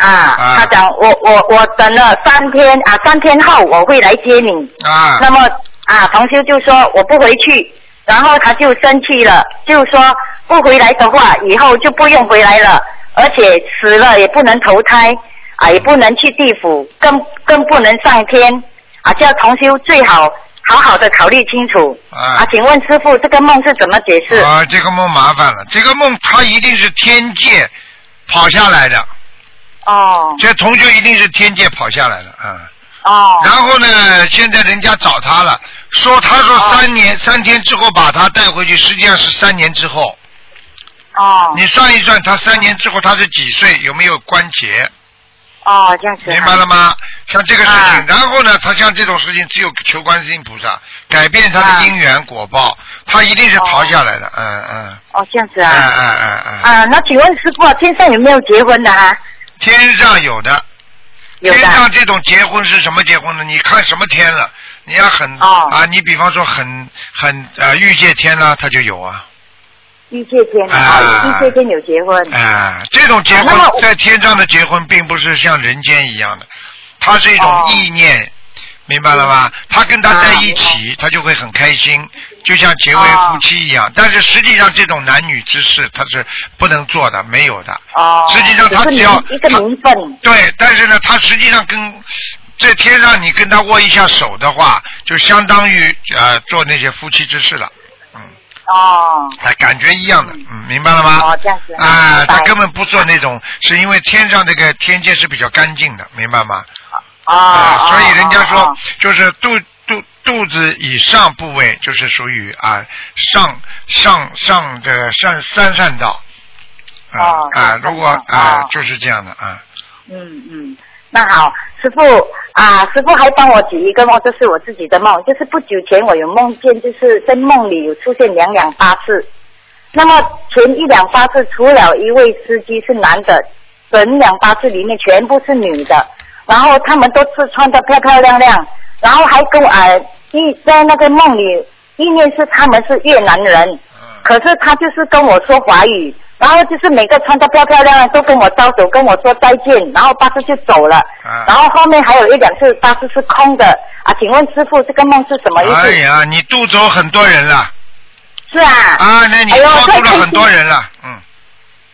啊，他讲我我我等了三天啊，三天后我会来接你。啊那么啊，同修就说我不回去，然后他就生气了，就说不回来的话，以后就不用回来了，而且死了也不能投胎啊，也不能去地府，更更不能上天啊，叫同修最好好好的考虑清楚啊啊。请问师傅，这个梦是怎么解释？啊，这个梦麻烦了，这个梦它一定是天界跑下来的，哦这同学一定是天界跑下来的啊。哦然后呢，现在人家找他了，说他说三哦年、三天之后把他带回去，实际上是三年之后。哦。你算一算，他三年之后他是几岁？有没有关节？哦，这样子啊。啊明白了吗？像这个事情，然后呢，他像这种事情，只有求观世音菩萨改变他啊的因缘果报，他一定是逃下来的。嗯嗯哦，这样子嗯哦啊。嗯嗯嗯。啊，那请问师傅，天上有没有结婚的啊？天上有的，有的天上这种结婚是什么结婚呢？你看什么天了？你要很、哦啊，你比方说很很呃欲界天啦、它就有啊。地界天啊啊，地界天有结婚。啊，这种结啊那么婚在天上的结婚，并不是像人间一样的，它是一哦种意念，明白了吧？他跟他在一啊起，他就会很开心，就像结为哦夫妻一样。但是实际上，这种男女之事，他是不能做的，没有的。哦哎实际上，他只要一个名分。对，但是呢，他实际上跟在天上你跟他握一下手的话，就相当于呃做那些夫妻之事了。嗯哦哎，感觉一样的，嗯，明白了吗？哦这样子啊，明白他根本不做那种，是因为天上这个天界是比较干净的，明白吗？啊，啊所以人家说就是肚肚肚子以上部位就是属于啊上上上这个上三善道啊哦啊，如果啊哦就是这样的啊，嗯嗯，那好，师傅啊，师傅还帮我举一个梦，这是我自己的梦，就是不久前我有梦见，就是在梦里有出现两两八次。那么前一两八次除了一位司机是男的，整两八次里面全部是女的，然后他们都是穿的漂漂亮亮，然后还跟我呃一在那个梦里意念是他们是越南人，嗯可是他就是跟我说华语，然后就是每个穿的漂漂亮亮，都跟我招手，跟我说再见，然后巴士就走了。啊然后后面还有一两次巴士是空的啊，请问师傅这个梦是什么意思？哎呀，你渡走很多人了，是啊。啊，那你哎呦超度太了开很多心人了，嗯，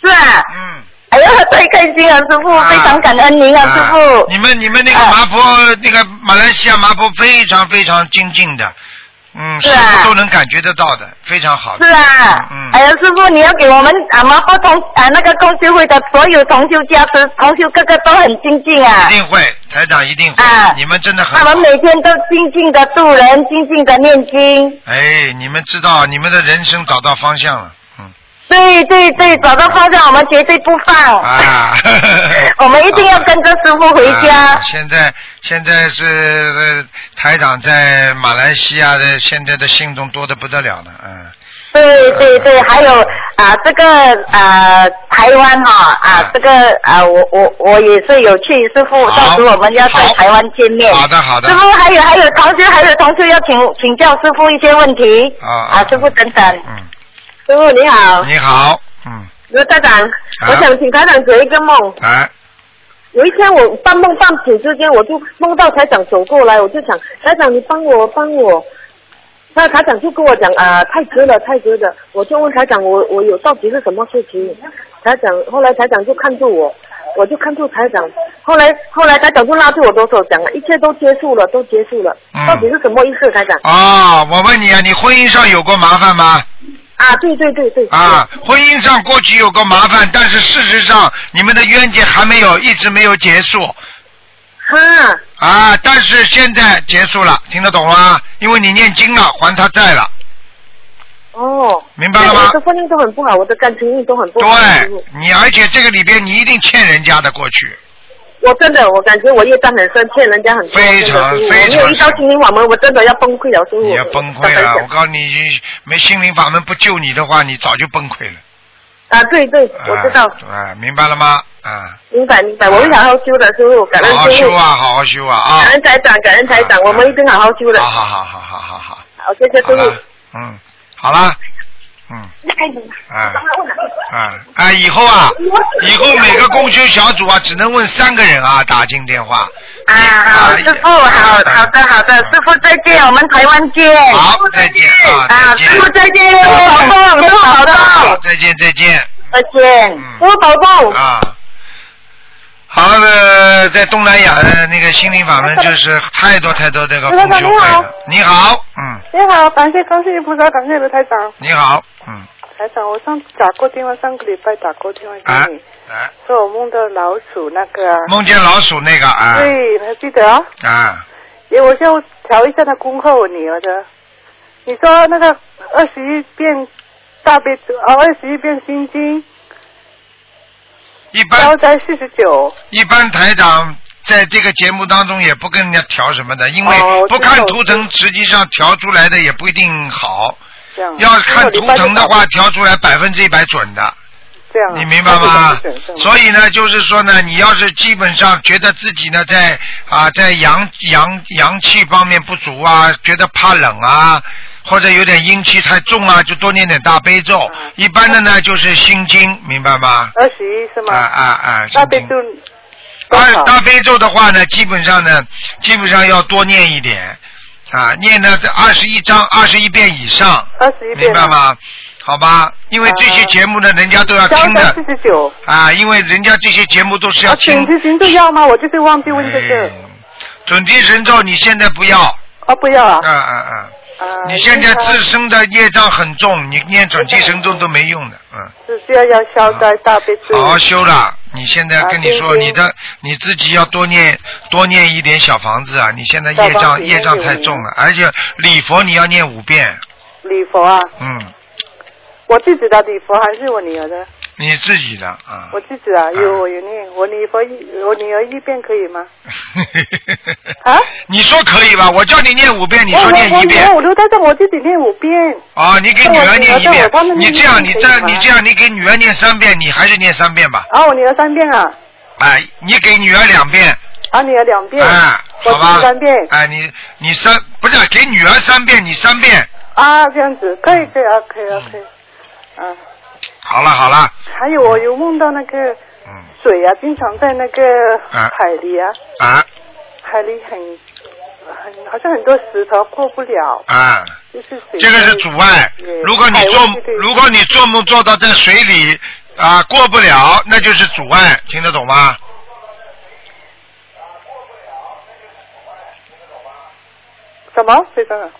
是啊。嗯。哎呀，太开心了，师傅，非常感恩您啊，师啊傅。啊你们你们那个麻婆、那个马来西亚麻婆非常非常精进的，嗯，是师啊傅都能感觉得到的，非常好的。嗯是啊，哎呀，师傅，你要给我们啊麻烦同啊那个共修会的所有同修家师同修哥哥都很精进啊一，定会，台长一定会，啊你们真的很他们每天都精进的度人，精进的念经，哎，你们知道你们的人生找到方向了对对对，找到方向我们绝对不放，啊！我们一定要跟着师傅回啊家。现在现在是、呃台长在马来西亚的现在的信众多的不得了呢，嗯，对对对，还有啊，这个啊，台湾哈嗯啊，这个啊，我我我也是有去，师傅，到时候我们要在台湾见面。好的好的师傅，还有还有同学，还有同学要请请教师傅一些问题。啊啊啊，师傅等等。师傅你好，你好， (laughs) 啊刘台长，我想请台长解一个梦。哎，有一天我半梦半醒之间，我就梦到台长走过来，我就想台长你帮我帮我。那台长就跟我讲啊、呃太直了，太直了。我就问台长我我有到底是什么事情？台长后来台长就看住我，我就看住台长。后来后来台长就拉住我的手讲一切都结束了，都结束了。嗯到底是什么意思，台长？啊、我问你啊，你婚姻上有过麻烦吗？啊，对对对对。啊，婚姻上过去有过麻烦，但是事实上你们的冤结还没有，一直没有结束。哈。啊，但是现在结束了，听得懂吗？因为你念经了，还他债了。哦，明白了吗对我的婚姻都很不好，我的感情运都很不好。对，你而且这个里边你一定欠人家的过去，我真的，我感觉我业障很深，欠人家很多。非常非常真的我没有遇到心灵法门，我真的要崩溃了，师傅。你要崩溃了。我告诉你，没心灵法门不救你的话，你早就崩溃了。啊，对对，我知道，啊，明白了吗？啊，明白明白，我会好好修的，师傅，感好好恩师修傅。啊，好好修啊啊感！恩台长，感恩台长，我们一定好好修的。好好好好好好好，好，谢谢师好傅。了嗯，好啦，啊啊啊！以后啊，以后每个公修小组啊，只能问三个人啊，打进电话。啊好，师傅，好好的好的，师傅再见，我们台湾见。嗯好，再见啊，啊，再见嗯师，傅再见，保重，师傅保重，再见，再见。再嗯见，师傅保重。啊。好的，在东南亚的那个心灵法门，就是太多太多这个刘公台修长会你好了。你好，嗯， (laughs) 你好，感谢观世音菩萨，感谢刘台长。你好，嗯，台长，我上次打过电话，上个礼拜打过电话啊给你，啊，说我梦到老鼠那个啊。梦见老鼠那个啊对，还记得啊？啊，也我就调一下他功课，我女儿的。你说那个二十一遍大悲咒，啊，二十一遍心经，一般消灾四十九。一般台长在这个节目当中也不跟人家调什么的，因哦为我不知道看我图知道腾，实际上调出来的也不一定好。这样。要看图腾的话，这样调出来百分之一百准的。这样啊。你明白那吗就等于准？是吗所以呢，就是说呢，你要是基本上觉得自己呢在啊在阳阳阳气方面不足啊，觉得怕冷啊，或者有点阴气太重啊，就多念点大悲咒。一般的呢就是心经，明白吗？啊二十一是吗？啊啊啊！大悲咒大大悲咒的话呢，基本上呢，基本上要多念一点啊，念呢这二十一章二十一遍以上，二十一明遍啊。白吗？好吧，因为这些节目呢，人家都要听消灾的四十九。啊啊，因为人家这些节目都是要听。嗯请提行都要吗？我就是忘记问这个。准提神咒你现在不要，哦，呃不要啊。嗯嗯嗯，你现在自身的业障很重，你念准提神咒都没用的，嗯。只需要要消灾大悲咒。好好修了。你现在跟你啊说，对对你的你自己要多念多念一点小房子啊！你现在业小房障子业障太重了，而且礼佛你要念五遍，礼佛啊，嗯，我自己的礼佛还是我女儿的？你自己的啊，我自己啊，有我有念，我女佛一，我女儿一遍可以吗？啊？你说可以吧？我叫你念五遍，你哦我说念一遍我我我刘台长，我自己念五遍。啊，你给那女我儿女念儿一在遍我帮她，你念这样，一你遍可以这样，吗你这样，你给女儿念三遍，你还是念三遍吧，啊，我女儿三遍啊，哎，你给女儿两遍，啊，女儿两遍，啊，我好自己吧三遍，，哎，你你三不是给女儿三遍，你三遍，啊，这样子，可以，嗯可以啊，可以啊，可以，啊，好了好了，还有我有梦到那个水啊，经常在那个嗯啊海里啊，啊海里很很好像很多石头过不了，啊。就是水这个是阻碍对。如果你海做湾对对，如果你做梦做到在水里啊过不了，那就是阻碍，听得懂吗？什么啊这个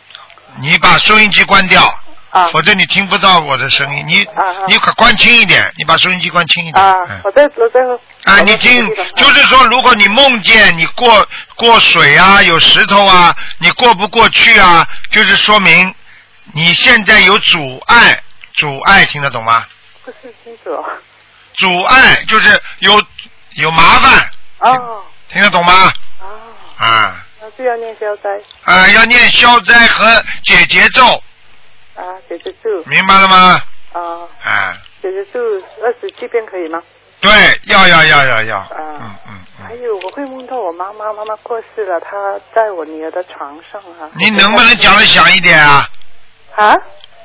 你把收音机关掉，啊否则你听不到我的声音。你、啊你可关轻一点，你把收音机关轻一点。啊嗯，我在我在啊，你听，就是说，如果你梦见你过过水啊，有石头啊，你过不过去啊，就是说明你现在有阻碍，阻碍听得懂吗？不是清楚哦阻碍就是有有麻烦，哦，听得懂吗？啊那呃就要念消灾啊，要念消灾和解结咒，啊，姐姐住明白了吗？啊，啊，姐姐住二十七遍可以吗？对，要要要要要，啊，嗯嗯。还有，我会梦到我妈妈，妈妈过世了，她在我女儿的床上啊。你能不能讲的响一点啊？啊？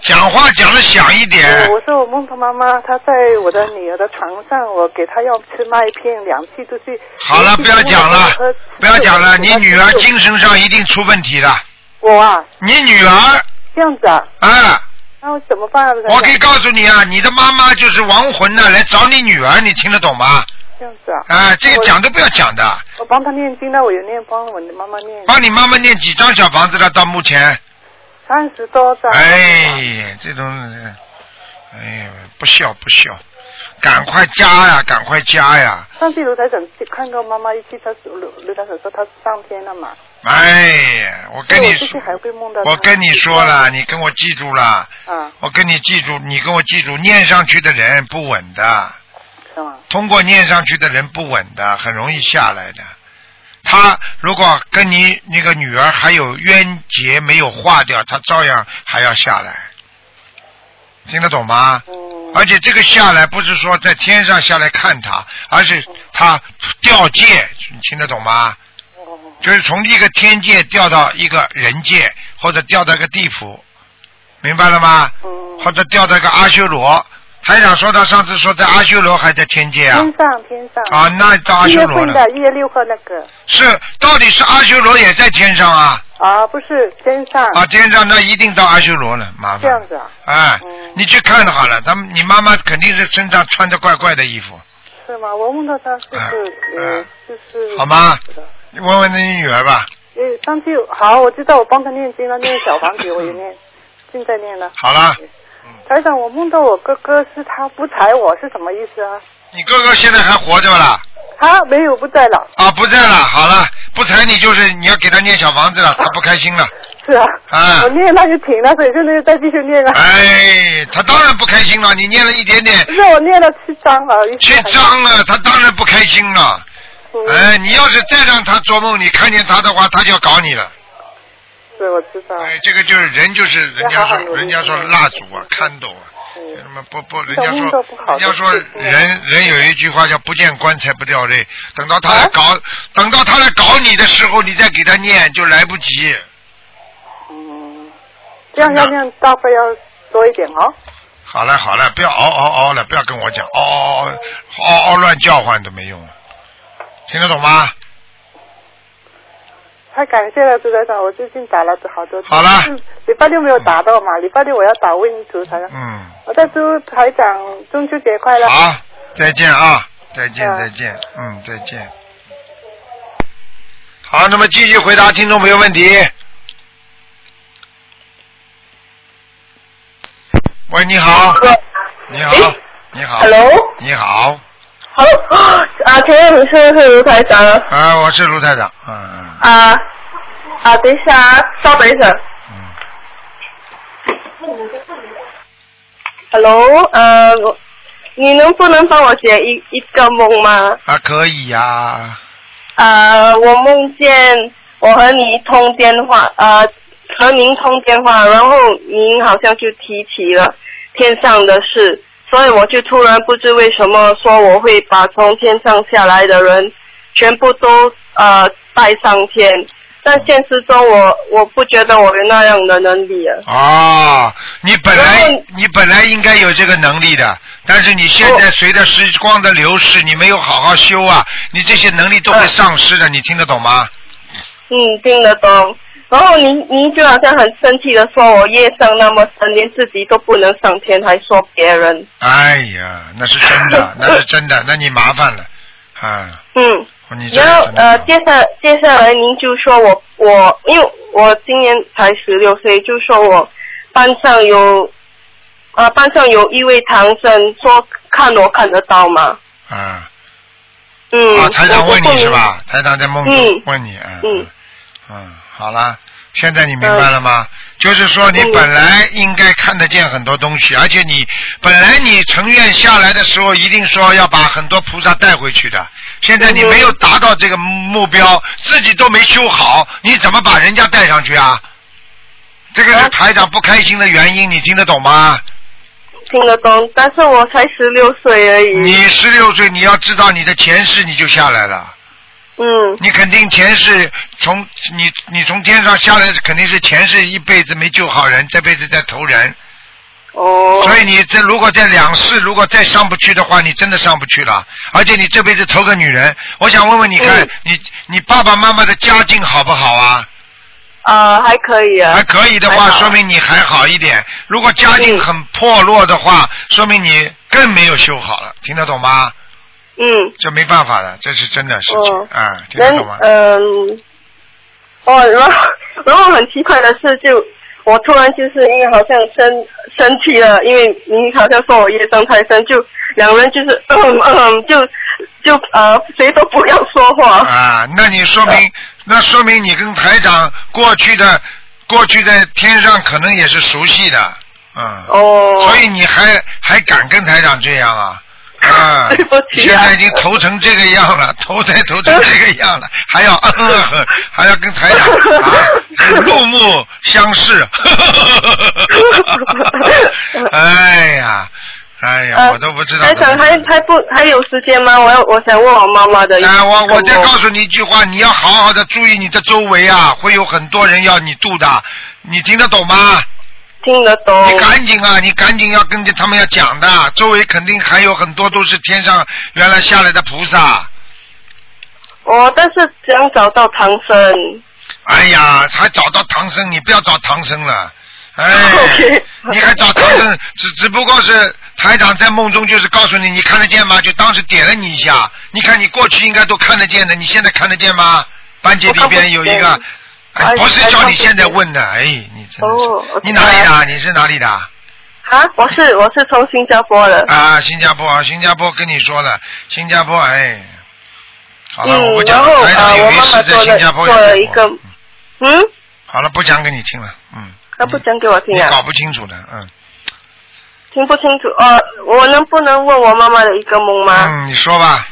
讲话讲的响一点我我说我梦到妈妈，她在我的女儿的床上，我给她要吃麦片，两次都是。好了，不要讲了，呃不要讲了，你女儿精神上一定出问题了。我啊。你女儿这样子啊？啊，那我怎么办啊？我可以告诉你啊，你的妈妈就是亡魂呢，来找你女儿，你听得懂吗？这样子啊。啊，这个讲都不要我。讲的，我帮她念经，那我有念帮我的妈妈念帮你妈妈念几张小房子了，到目前。三十多张。 (laughs) 哎，这种，哎呀，不孝不孝，赶快加呀，赶快加呀！上次卢台长看过妈妈一次，她卢卢台长说她上天了嘛。哎呀，我跟所以你我最近说，还会梦到她。我跟你说了，你跟我记住了，啊，我跟你记住，你跟我记住，念上去的人不稳的，是吗？通过念上去的人不稳的，很容易下来的。他如果跟你那个女儿还有冤结没有化掉，他照样还要下来，听得懂吗？而且这个下来不是说在天上下来看他，而是他掉界，你听得懂吗？哦就是从一个天界掉到一个人界，或者掉到一个地府，明白了吗？哦或者掉到一个阿修罗。台长说他上次说在阿修罗还在天界啊。天上天上。啊那到阿一修月罗份了的一月六号那个是，到底是阿修罗也在天上啊？啊，不是天上。啊，天上那一定到阿修罗了，麻嗯这烦。样子啊？哎，你去看好了，他们你妈妈肯定是身上穿着怪怪的衣服，是吗？我梦到她啊就是呃，就是好吗？你问问你女儿吧。呃，上次好，我知道我帮她念经了，念小房子我也念，现在念了。好了，台长，我梦到我哥哥是他不睬我，是什么意思啊？你哥哥现在还活着啦？他没有不在了，啊，不在了，好了，不睬你就是你要给他念小房子了，他不开心了。是啊，啊我念那就停了，所以就那就再继续念啊了。哎，他当然不开心了，你念了一点点不，是我念了七章啊了，一七张了，他当然不开心了。嗯哎，你要是再让他做梦，你看见他的话，他就要搞你了。是我知道。哎，这个就是人，就是人家要说好好努，力人家说蜡烛嗯啊，看斗啊，什么不不，人家这种运动说不，好人的啊家说人人有一句话叫不见棺材不掉泪，等到他啊来搞，等到他来搞你的时候，你再给他念就来不及。这样要念大概要多一点哦。好了好了，不要嗷嗷嗷了，不要跟我讲嗷嗷嗷嗷嗷乱叫唤都没用，听得懂吗？太感谢了，朱台长，我最近打了好多。嗯好了。礼拜六没有打到嘛？礼拜六我要打问朱台长。嗯，我在祝台长中秋节快乐。好，再见啊，再见嗯再见，嗯，再见。好，那么继续回答听众朋友问题。喂，你好，你好，你好 Hello 你好，好啊，请问你是不是卢台长啊？啊，我是卢台长，嗯嗯，啊啊，等一下啊，稍等一下。Hello，呃，我你能不能帮我写一一个梦吗？啊，可以呀、呃，我梦见我和你通电话，呃，和您通电话，然后您好像就提起了天上的事，所以我就突然不知为什么说我会把从天上下来的人全部都呃带上天，但现实中我我不觉得我有那样的能力啊。哦，你本来你本来应该有这个能力的，但是你现在随着时光的流逝，你没有好好修啊，你这些能力都会丧失的，你听得懂吗？嗯，听得懂。然后您您就好像很生气的说，我业障那么深，连自己都不能上天，还说别人。哎呀，那是真 (laughs) 的，那是真的，那你麻烦了啊！嗯，你这然后呃，接下接下来您就说我我，因为我今年才十六岁，就说我班上有呃班上有一位唐僧说看我看得到吗？啊呃嗯，啊！台长我问就不你是明吧？台长在梦中嗯问你，嗯嗯嗯，好啦，现在你明白了呃吗？就是说嗯你本来应该看得见很多东西，而且你本来你成愿下来的时候，一定说要把很多菩萨带回去的。现在你没有达到这个目嗯标，自己都没修好，你怎么把人家带上去啊？这个啊是台长不开心的原因，你听得懂吗？听得懂，但是我才十六岁而已。你十六岁，你要知道你的前世你就下来了。嗯，你肯定前世从你你从天上下来，肯定是前世一辈子没救好人，这辈子在投人。哦。所以你这如果在两世如果再上不去的话，你真的上不去了。而且你这辈子投个女人，我想问问你嗯看，你你爸爸妈妈的家境好不好啊？啊、还可以啊。还可以的话，说明你还好一点。如果家境很破落的话，说明你更没有修好了，听得懂吗？嗯。这没办法的，这是真的事情哦啊、听得人懂吗？嗯、哦，然后然后很奇怪的是就，我突然就是因为好像生生气了，因为你好像说我业障太深，就两人就是嗯嗯，就就呃谁都不要说话。啊，那你说呃明，那说明你跟台长过去的，过去在天上可能也是熟悉的，啊嗯。哦。所以你还还敢跟台长这样啊？啊， (laughs) 对不你起现啊在已经投成这个样了， (laughs) 投胎投成这个样了，还要、 (laughs) 还要跟台长啊怒目相视， (laughs) 哎呀，哎呀，呃我都不 (laughs) 知道台怎么长还还不还有时间吗？我要我想问我妈妈的。哎，我我再告诉。诉你一句话，你要好好的注意你的周围啊，会有很多人要你度的，你听得懂吗？听得懂。你赶紧啊，你赶紧要跟着他们要讲的，周围肯定还有很多都是天上原来下来的菩萨。哦，但是怎样找到唐僧？哎呀，还找到唐僧，你不要找唐僧了。哎 (laughs) OK 你还找唐僧，只只不过是台长在梦中就是告诉你，你看得见吗？就当时点了你一下。你看你过去应该都看得见的，你现在看得见吗？班级里边有一个，哎，不是叫你现在问的，哎，你真的哦，是，你哪里的啊？你是哪里的啊？啊，我是我是从新加坡的。啊，新加坡啊，新加坡跟你说了，新加坡，哎，好了，嗯，我不然讲后了，台呃长，有我没妈妈事在做新了加坡做了一有个，嗯，好了，不讲给你听了，嗯，她不讲给我听你啊，搞不清楚的，嗯。听不清楚。呃，我能不能问我妈妈的一个梦吗？嗯，你说吧。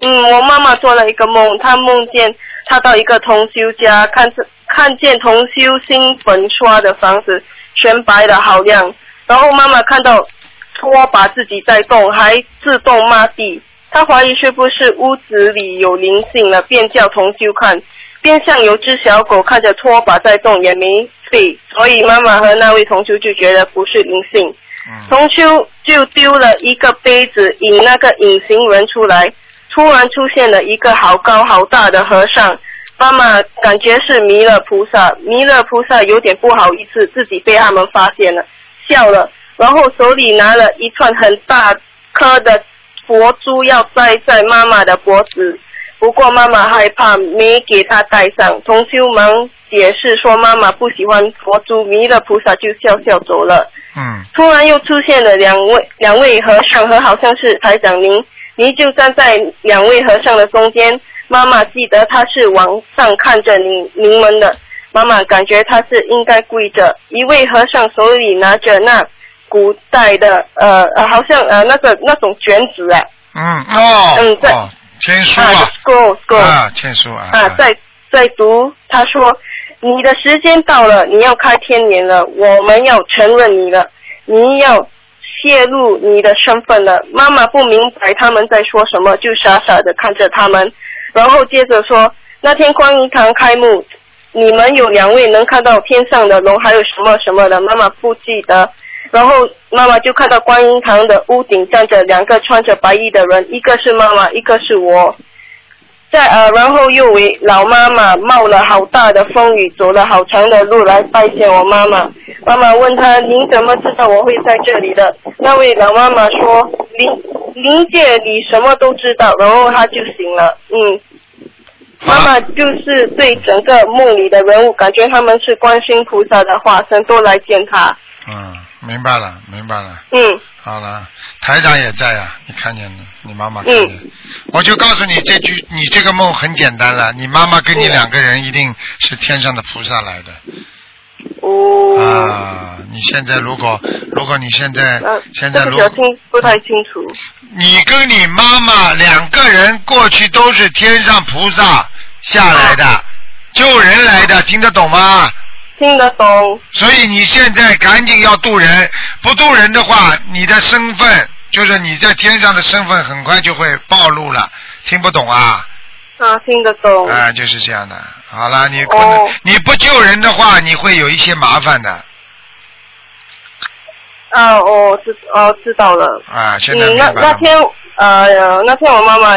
嗯，我妈妈做了一个梦，她梦见她到一个同修家，看是看见同修新粉刷的房子，全白的好样。然后妈妈看到拖把自己在动，还自动抹地。她怀疑是不是屋子里有灵性了，便叫同修看。边上有只小狗看着拖把在动，也没吠，所以妈妈和那位同修就觉得不是灵性。同修就丢了一个杯子，引那个隐形人出来。突然出现了一个好高好大的和尚，妈妈感觉是弥勒菩萨，弥勒菩萨有点不好意思，自己被他们发现了，笑了，然后手里拿了一串很大颗的佛珠，要戴在妈妈的脖子。不过妈妈害怕，没给她戴上。同修忙解释说妈妈不喜欢佛珠，弥勒菩萨就笑笑走了。嗯，突然又出现了两位两位和尚和好像是台长您，您就站在两位和尚的中间。妈妈记得他是往上看着你您们的，妈妈感觉他是应该跪着。一位和尚手里拿着那古代的呃呃，好像呃那个那种卷纸啊，嗯哦，嗯对哦，签书啊啊， ，scroll scroll 啊，签书啊，啊，在在读，他说你的时间到了，你要开天眼了，我们要承认你了，你要泄露你的身份了。妈妈不明白他们在说什么，就傻傻的看着他们，然后接着说，那天观音堂开幕，你们有两位能看到天上的龙，还有什么什么的，妈妈不记得。然后妈妈就看到观音堂的屋顶站着两个穿着白衣的人，一个是妈妈，一个是我。在呃，然后又为老妈妈冒了好大的风雨，走了好长的路来拜见我妈妈。妈妈问他：“您怎么知道我会在这里的？”那位老妈妈说：“林林姐，你什么都知道。”然后他就醒了。嗯，妈妈就是对整个梦里的人物，感觉他们是观世音菩萨的化身，都来见他。嗯，明白了，明白了，嗯好了，台长也在呀、啊你看见了，你妈妈看见了嗯，我就告诉你这句，你这个梦很简单了，你妈妈跟你两个人一定是天上的菩萨来的。哦。啊，你现在如果如果你现在、嗯，现在对不如起，我听不太清楚。你跟你妈妈两个人过去都是天上菩萨下来的，救人来的，听得懂吗？啊听得懂。所以你现在赶紧要渡人，不渡人的话，你的身份就是你在天上的身份很快就会暴露了，听不懂啊？啊，听得懂。啊、就是这样的。好了，你不能、哦你不救人的话，你会有一些麻烦的啊，我知哦知道了。啊。现在嗯，明那白那了吗？天呃，那天我妈妈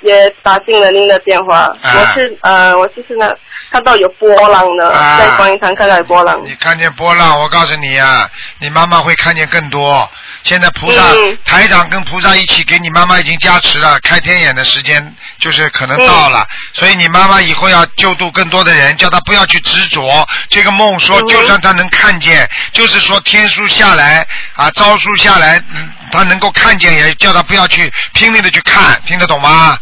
也打进了您的电话，啊我是呃，我就是那看到有波浪的，啊在观音堂看到有波浪，你看见波浪，我告诉你啊，你妈妈会看见更多。现在菩萨、嗯台长跟菩萨一起给你妈妈已经加持了，开天眼的时间就是可能到了，所以你妈妈以后要救度更多的人，叫她不要去执着这个梦说，就算她能看见，就是说天书下来啊，招书下来，嗯她能够看见，也叫她不要去拼命的去看，听得懂吗？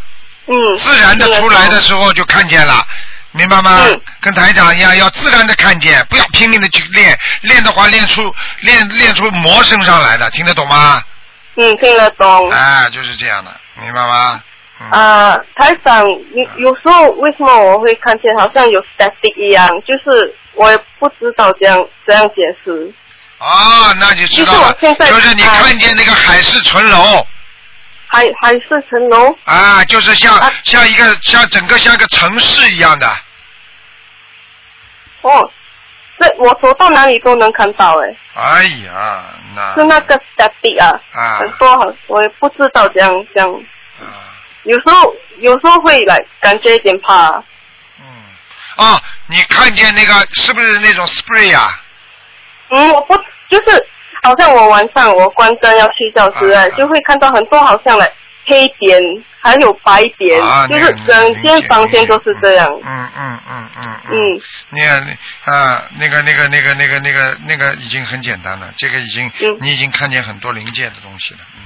嗯，自然的出来的时候就看见了，明白吗？嗯跟台长一样，要自然的看见，不要拼命的去练，练的话练出练练出魔身上来的，听得懂吗？嗯，听得懂。哎，就是这样的，明白吗？啊，台长，有有时候为什么我会看见好像有 static 一样，就是我也不知道怎样怎样解释。啊，那就知道了，嗯就是你看啊见那个海市蜃楼。海海市蜃楼。啊，就是像、像一个像整个像一个城市一样的，哦，这我走到哪里都能看到哎，哎呀，那是那个 static 啊。啊很多很，我也不知道怎样这样。有时候有时候会来感觉有点怕。啊，你看见那个是不是那种 spray 啊呀、嗯，我不就是好像我晚上我关灯要睡觉时，啊哎、就会看到很多好像来黑点，还有白点，啊就是那个整间房间都是这样。嗯嗯嗯嗯嗯。嗯你看，啊，那个那个那个那个那个那个已经很简单了，这个已经、嗯你已经看见很多零件的东西了。嗯，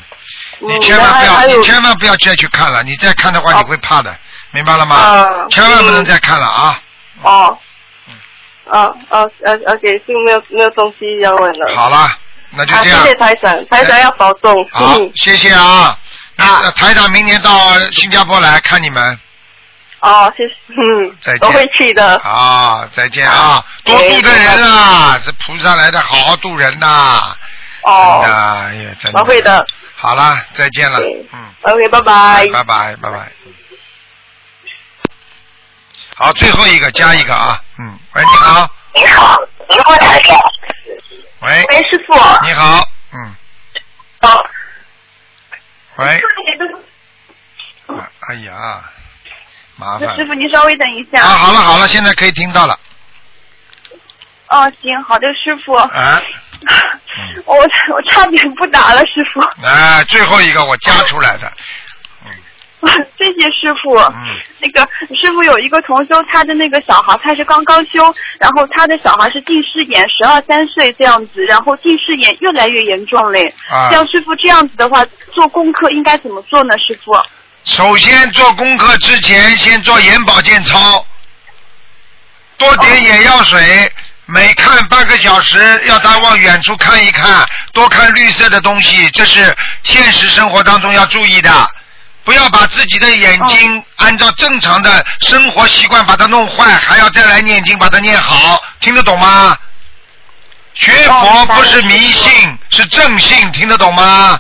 你千万不还要，还有你千万不要再去看了，你再看的话你会怕的，明白了吗？啊千万不能再看了啊！哦。嗯哦哦呃而且就没有没有东西要问了。好了，那就嗯啊，这谢样。谢台长，台长要保重。嗯好，谢谢啊。那台长明年到新加坡来看你们。哦，谢谢，嗯，再见我会去的。 (laughs) 啊，再见啊！哎多度的人啊，这菩萨来的，好好度人呐、哦真的，哎呀，真我会的。哎好啦，再见了，嗯， OK，拜拜。拜拜，拜拜。好，最后一个加一个啊，嗯，喂，你好，你好，你好，台长。喂，喂，师傅。你好，嗯好。喂，啊哎呀，麻烦师了傅，您稍微等一下。啊，好了好了，现在可以听到了哦，行，好的，师傅，啊，我我差点不打了，师傅， (laughs) 哎，最后一个我加出来的，谢谢师傅。嗯那个师傅有一个同修，他的那个小孩他是刚刚修，然后他的小孩是近视眼，十二三岁这样子，然后近视眼越来越严重嘞。啊像师傅这样子的话，做功课应该怎么做呢，师傅？首先做功课之前，先做眼保健操，多点眼药水，每看半个小时，要他往远处看一看，多看绿色的东西，这是现实生活当中要注意的。不要把自己的眼睛按照正常的生活习惯把它弄坏，还要再来念经把它念好，听得懂吗？学佛不是迷信，是正信，听得懂吗？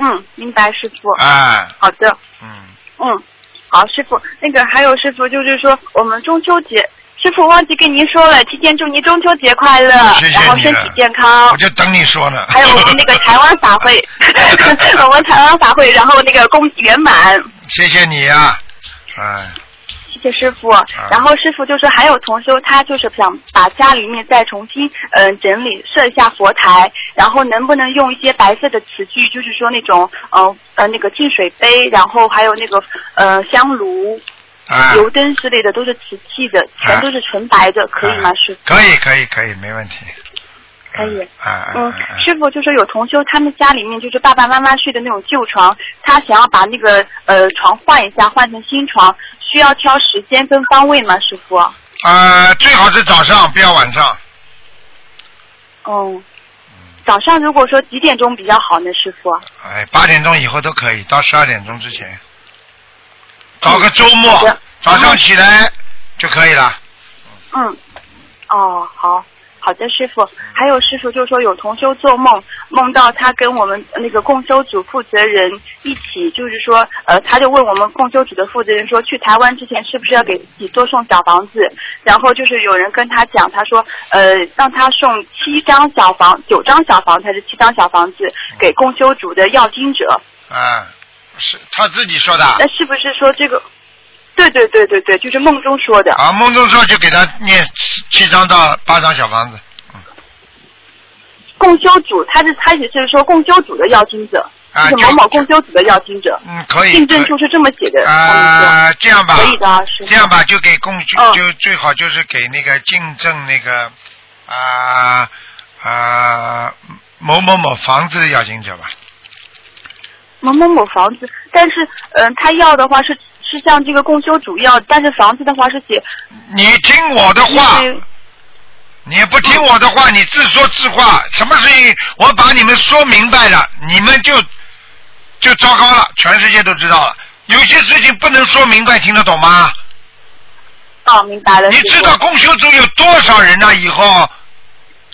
嗯，明白，师傅。哎，好的。嗯。嗯，好，师傅。那个还有师傅，就是说我们中秋节，师傅忘记跟您说了，提前祝您中秋节快乐，谢谢然后你身了体健康我。就等你说呢。 (laughs) 还有我们那个台湾法会，我们台湾法会，然后那个恭喜圆满，谢谢你呀、哎，谢谢师啊傅。然后师傅就说还有同修，他就是想把家里面再重新嗯、呃整理设一下佛台，然后能不能用一些白色的瓷具，就是说那种呃呃那个净水杯，然后还有那个呃香炉、啊，油灯之类的都是瓷器的，全都是纯白的，可以吗，师傅？哎可以，可以，可以，没问题。可以。啊啊啊嗯啊！，师傅就说有同修，他们家里面就是爸爸妈妈睡的那种旧床，他想要把那个呃床换一下，换成新床，需要挑时间跟方位吗，师傅？啊，最好是早上，不要晚上。嗯，早上如果说几点钟比较好呢，师傅？哎，八点钟以后都可以，到十二点钟之前。找个周好末的，早上起来就可以了。嗯，哦，好。好的，师傅。还有师傅就说有同修做梦，梦到他跟我们那个共修组负责人一起，就是说，呃，他就问我们共修组的负责人说，去台湾之前是不是要给自己多送小房子？然后就是有人跟他讲，他说，呃，让他送七张小房，九张小房子还是七张小房子给共修组的要经者。啊，是他自己说的。那是不是说这个？对对对对对，就是梦中说的。啊，梦中说就给他念七七张到八张小房子。共修组，他是他也是说共修组的要经者，啊就是某某共修组的要经者。嗯，可以订正处是这么写的。啊，这样吧，可以的啊，师傅。哦这样吧，就给共就就最好就是给那个竞争那个啊啊某某某房子的要经者吧。某某某房子，但是嗯、呃他要的话是是向这个共修组要，但是房子的话是写。你听我的话，你不听我的话，你自说自话，什么事情我把你们说明白了，你们就就糟糕了，全世界都知道了。有些事情不能说明白，听得懂吗？哦，明白了。你知道公修组有多少人呢、以后，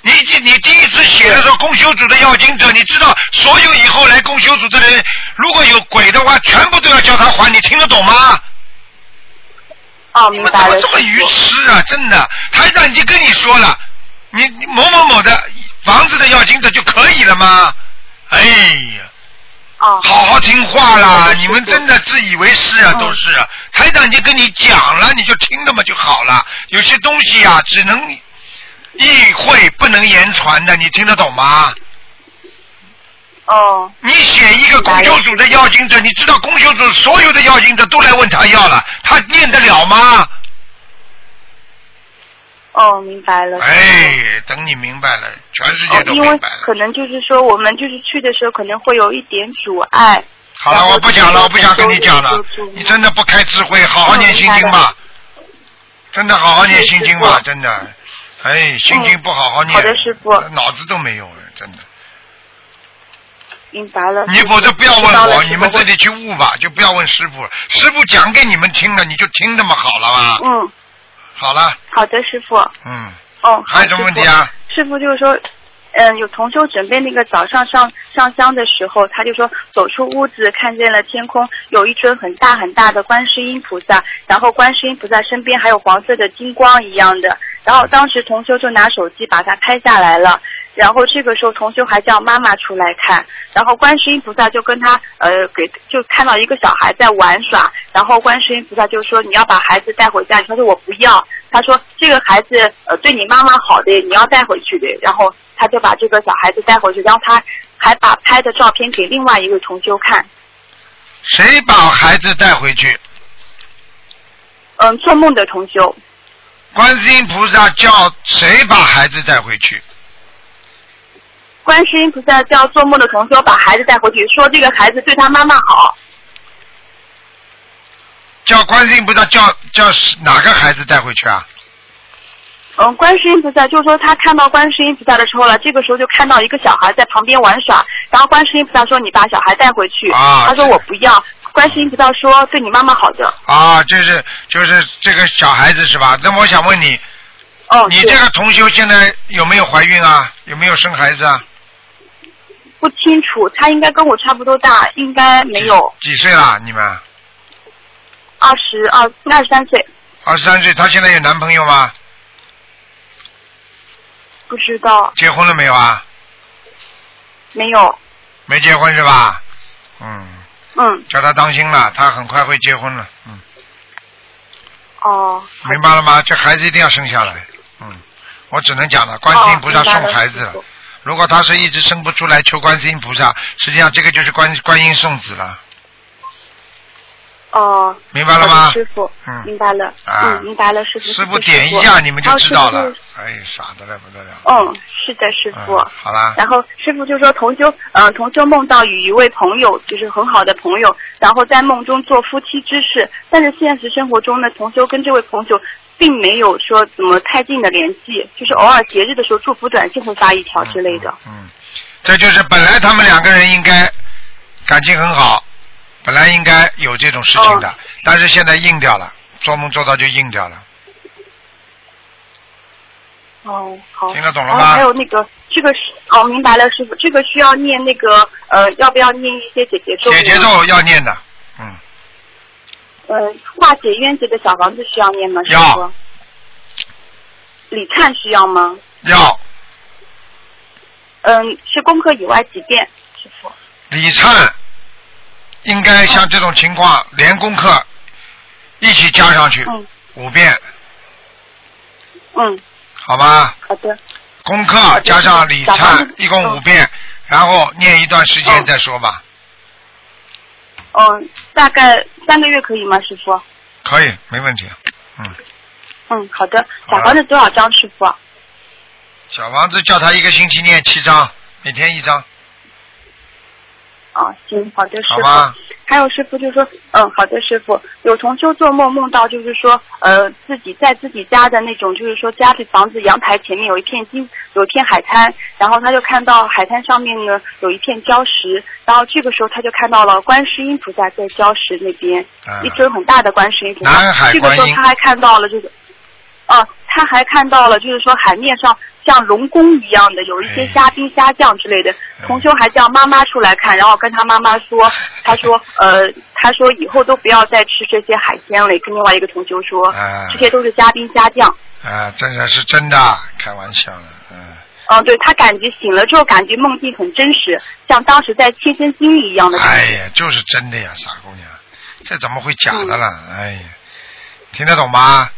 你第你第一次写的时候，公修组的要经者，你知道所有以后来公修组的人，如果有鬼的话，全部都要叫他还，你听得懂吗？哦，明白了。怎么这么愚痴啊！真的，台长已经跟你说了，你你某某某的房子的要经者就可以了吗？哎呀，哦，好好听话啦！你们真的自以为是嗯啊，都是台长已经跟你讲了，你就听了嘛就好了。有些东西啊，只能意会不能言传的，你听得懂吗？哦。你写一个供修组的要经者，你知道供修组所有的要经者都来问他要了，他念得了吗？哦，明白了。哎，等你明白了，全世界哦都因明为白了。可能就是说，我们就是去的时候可能会有一点阻碍。好了，我不讲了，我不想跟你讲了。你真的不开智慧，好好念心经吧。真的好好念心经吧，真的。哎，心经不好好念，好的师傅脑子都没有了，真的。明白了。你否则不要知道问了我， (laughs) 师傅你们自己去悟吧，就不要问师傅了。师傅讲给你们听了，你就听这么好了吧？嗯，好了，好的，师傅。嗯，哦，还有什么问题啊？师傅就是说，嗯，有同修准备那个早上上上香的时候，他就说走出屋子，看见了天空有一尊很大很大的观世音菩萨，然后观世音菩萨身边还有黄色的金光一样的，然后当时同修就拿手机把它拍下来了。然后这个时候，同修还叫妈妈出来呃看，然后观世音菩萨就跟他呃给就看到一个小孩在玩耍，然后观世音菩萨就说你要把孩子带回家里，他说我不要，他说这个孩子呃对你妈妈好的，你要带回去的，然后他就把这个小孩子带回去，然后他还把拍的照片给另外一位同修看，谁把孩子带回去？嗯，做梦的同修，观世音菩萨叫谁把孩子带回去？观世音菩萨叫做梦的同修把孩子带回去，说这个孩子对他妈妈好，叫观世音菩萨叫叫哪个孩子带回去啊？嗯，观世音菩萨就是说他看到观世音菩萨的时候了，这个时候就看到一个小孩在旁边玩耍，然后观世音菩萨说你把小孩带回去，啊他说我不要，观世音菩萨说对你妈妈好的，啊，就是就是这个小孩子是吧？那我想问你，哦，你对这个同修现在有没有怀孕啊？有没有生孩子啊？不清楚，他应该跟我差不多大，应该没有几岁啦？你们二十二二十三岁，二十三岁，她现在有男朋友吗？不知道结婚了没有啊？没有，没结婚是吧？嗯，嗯，叫她当心了，她很快会结婚了。嗯，哦，明白了吗？这孩子一定要生下来。嗯，我只能讲了，观世音菩哦萨送孩子了。如果她是一直生不出来，求观世音菩萨，实际上这个就是观观音送子了。哦，明白了吗好的师傅，嗯明白了，啊嗯，明白了，师傅，师师傅点一下，你们就知道。然后了师。哎，傻的了不得了。傅嗯，是的，师傅。好啦，然后师傅就说同修，呃，同修梦到与一位朋友，就是很好的朋友，然后在梦中做夫妻之事，但是现实生活中呢，同修跟这位朋友并没有说怎么太近的联系，就是偶尔节日的时候祝福短信会发一条之类的。这就是本来他们两个人应该感情很好，本来应该有这种事情哦的，但是现在硬掉了，做梦做到就硬掉了。哦，好。嗯听得懂了然吗后还有那个，这个是哦，明白了，师傅，这个需要念那个呃，要不要念一些解结咒？解节奏要。念的，呃，化解冤结的小房子需要念吗？师要傅。礼忏需要吗？要嗯，是功课以外几遍？师傅。李灿应该像这种情况，连功课一起加上去嗯五遍，嗯，好吧？好的。嗯功课加上理忏，一共五遍，然后念一段时哦间再说吧。嗯，大概三个月可以吗，师傅？可以，没问题。嗯，嗯，好的。好啊小了房子多少张，师傅？小王子叫他一个星期念七章，每天一章，啊，行，好的，师好傅。吧？还有师傅就说，嗯，好的，师傅。有同修做梦梦到，就是说，呃，自己在自己家的那种，就是说家里房子阳台前面有一片金，有一片海滩，然后他就看到海滩上面呢有一片礁石，然后这个时候他就看到了观世音菩萨在礁石那边，啊一尊很大的观世音菩萨。南海这个时候观音他还看到了这个，哦、他还看到了，就是说海面上像龙宫一样的，有一哎些虾兵虾将之类的。同修还叫妈妈出来看，然后跟他妈妈说， (laughs) 他说，呃，他说以后都不要再吃这些海鲜了。跟另外一个同修说，哎这些都是虾兵虾将。啊，这个是真的，开玩笑了。嗯，嗯、对他感觉醒了之后，感觉梦境很真实，像当时在亲身经历一样的感哎觉。呀，就是真的呀，傻姑娘，这怎么会假的了？嗯哎呀，听得懂吗？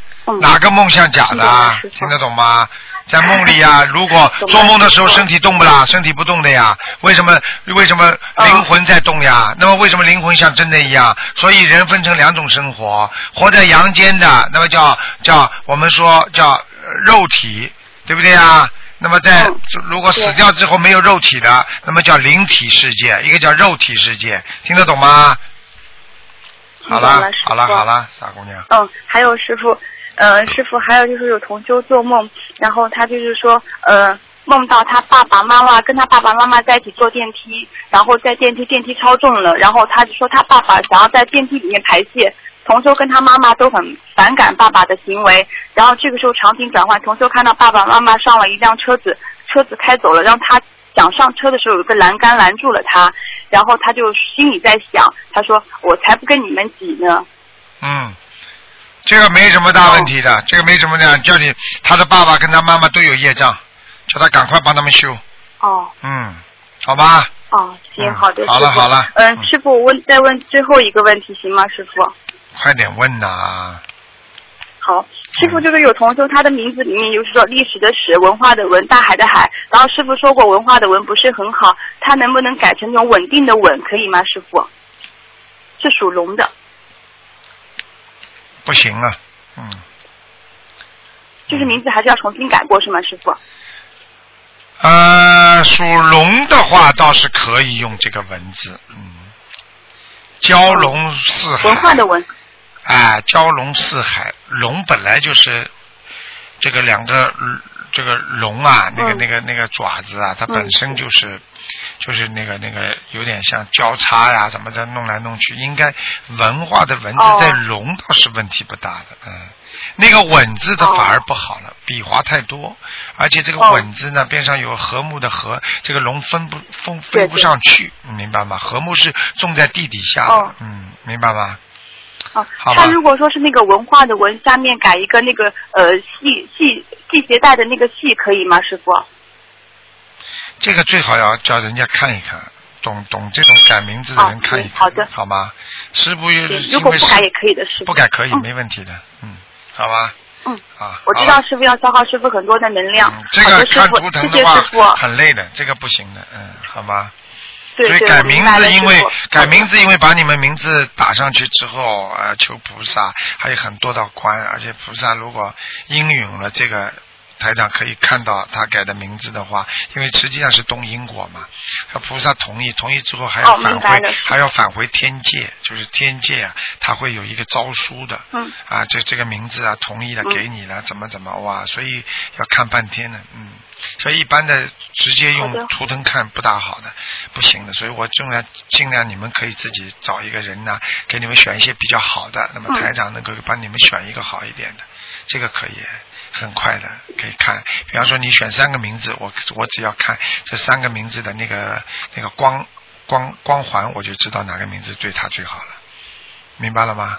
哪个梦像假的啊？听得懂吗？在梦里 (laughs) 呀、如果做梦的时候身体动不啦，身体不动的呀，为什么为什么嗯灵魂在动呀？那么为什么灵魂像真的一样？所以人分成两种生活，活在阳间的，那么叫叫我们说叫呃肉体，对不对啊？那么在嗯如果死掉之后没有肉体的，那么叫灵体世界，一个叫肉体世界，听得懂吗？好听啦懂了师，好啦，傅好啦，傻姑娘，嗯，还有师傅，呃，师傅还有就是有同修做梦，然后他就是说，呃，梦到他爸爸妈妈跟他爸爸妈妈在一起坐电梯，然后在电梯电梯超重了，然后他就说他爸爸想要在电梯里面排泄。同修跟他妈妈都很反感爸爸的行为，然后这个时候场景转换，同修看到爸爸妈妈上了一辆车子，车子开走了，让他想上车的时候有一个栏杆拦住了他，然后他就心里在想，他说我才不跟你们挤呢，嗯，这个没什么大问题的，这个没什么的，叫你他的爸爸跟他妈妈都有业障，叫他赶快帮他们修，哦。嗯，好吧，哦，行，好的，嗯好了师傅好了嗯，师傅，我问再问最后一个问题行吗，师傅？快点问呐、好，师嗯傅就是有同修，他的名字里面就是说历史的史，文化的文，大海的海。然后师傅说过文化的文不是很好，他能不能改成那种稳定的稳，可以吗，师傅？是属龙的，不行啊，嗯，就是名字还是要重新改过是吗，师傅？呃，属龙的话倒是可以用这个文字，嗯，蛟龙四海，啊文化的文，哎，蛟龙四海，龙本来就是这个两个呃这个龙啊，那个嗯那个那个爪子啊，它嗯本身就是就是那个那个有点像交叉呀、什么的弄来弄去，应该文化的文字哦在龙倒是问题不大的，嗯。那个稳字它反而不好了，笔划太多，而且这个哦稳字呢边上有和木的和，这个龙分不分对飞不对上去，你明白吗？和木是种在地底下的，哦嗯，明白吗？啊，好吧他如果说是那个文化的文，下面改一个那个呃系系系鞋带的那个系，可以吗，师傅？嗯这个最好要叫人家看一看，懂懂这种改名字的人看一哦看，好的，好吗？师傅又嗯对如果不改也可以的，师傅。不改可以，没问题的，嗯，好吧，嗯，啊，我知好道吧嗯师傅要消耗师傅很多的能量。这好个的，师看傅图，谢腾谢的话师傅。很累的，这个不行的，嗯，好吗？对所以对改我明名白字，了因师为傅改名字，因为把你们名字打上去之后，呃，求菩萨还有很多道关，而且菩萨如果应允了这个。台长可以看到他改的名字的话，因为实际上是动因果嘛，和菩萨同意，同意之后还要哦返明白回，了还要返回天界，就是天界啊，他会有一个诏书的，嗯啊，这这个名字啊，同意了，嗯给你了，怎么怎么哇，所以要看半天呢，嗯，所以一般的直接好的用图腾看不大好的，不行的，所以我尽量尽量你们可以自己找一个人呢、给你们选一些比较好的，那么嗯台长能够帮你们选一个好一点的，这个可以。很快的可以看，比方说你选三个名字，我我只要看这三个名字的那个那个光光光环，我就知道哪个名字对他最好了，明白了吗？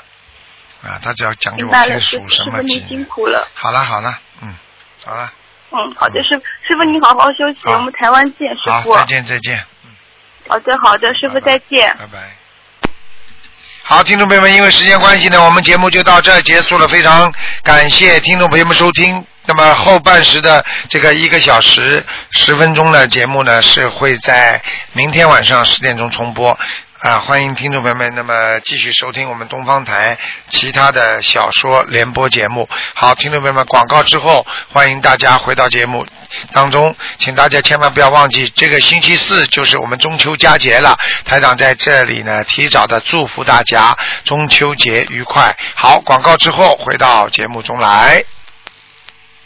啊，他只要讲给明我白听了，师属傅，什师么傅几您年辛苦了。好了好了，嗯，好了，嗯，好的，师傅，师傅您好好休息，好我们台湾见，师好，傅。再见再见，好的，好的，师傅再见。拜拜。好，听众朋友们，因为时间关系呢，我们节目就到这儿结束了。非常感谢听众朋友们收听。那么后半时的这个一个小时十分钟的节目呢，是会在明天晚上十点钟重播。啊，欢迎听众朋友们，那么继续收听我们东方台其他的小说联播节目。好，听众朋友们，广告之后，欢迎大家回到节目当中，请大家千万不要忘记，这个星期四就是我们中秋佳节了。台长在这里呢，提早的祝福大家中秋节愉快。好，广告之后回到节目中来。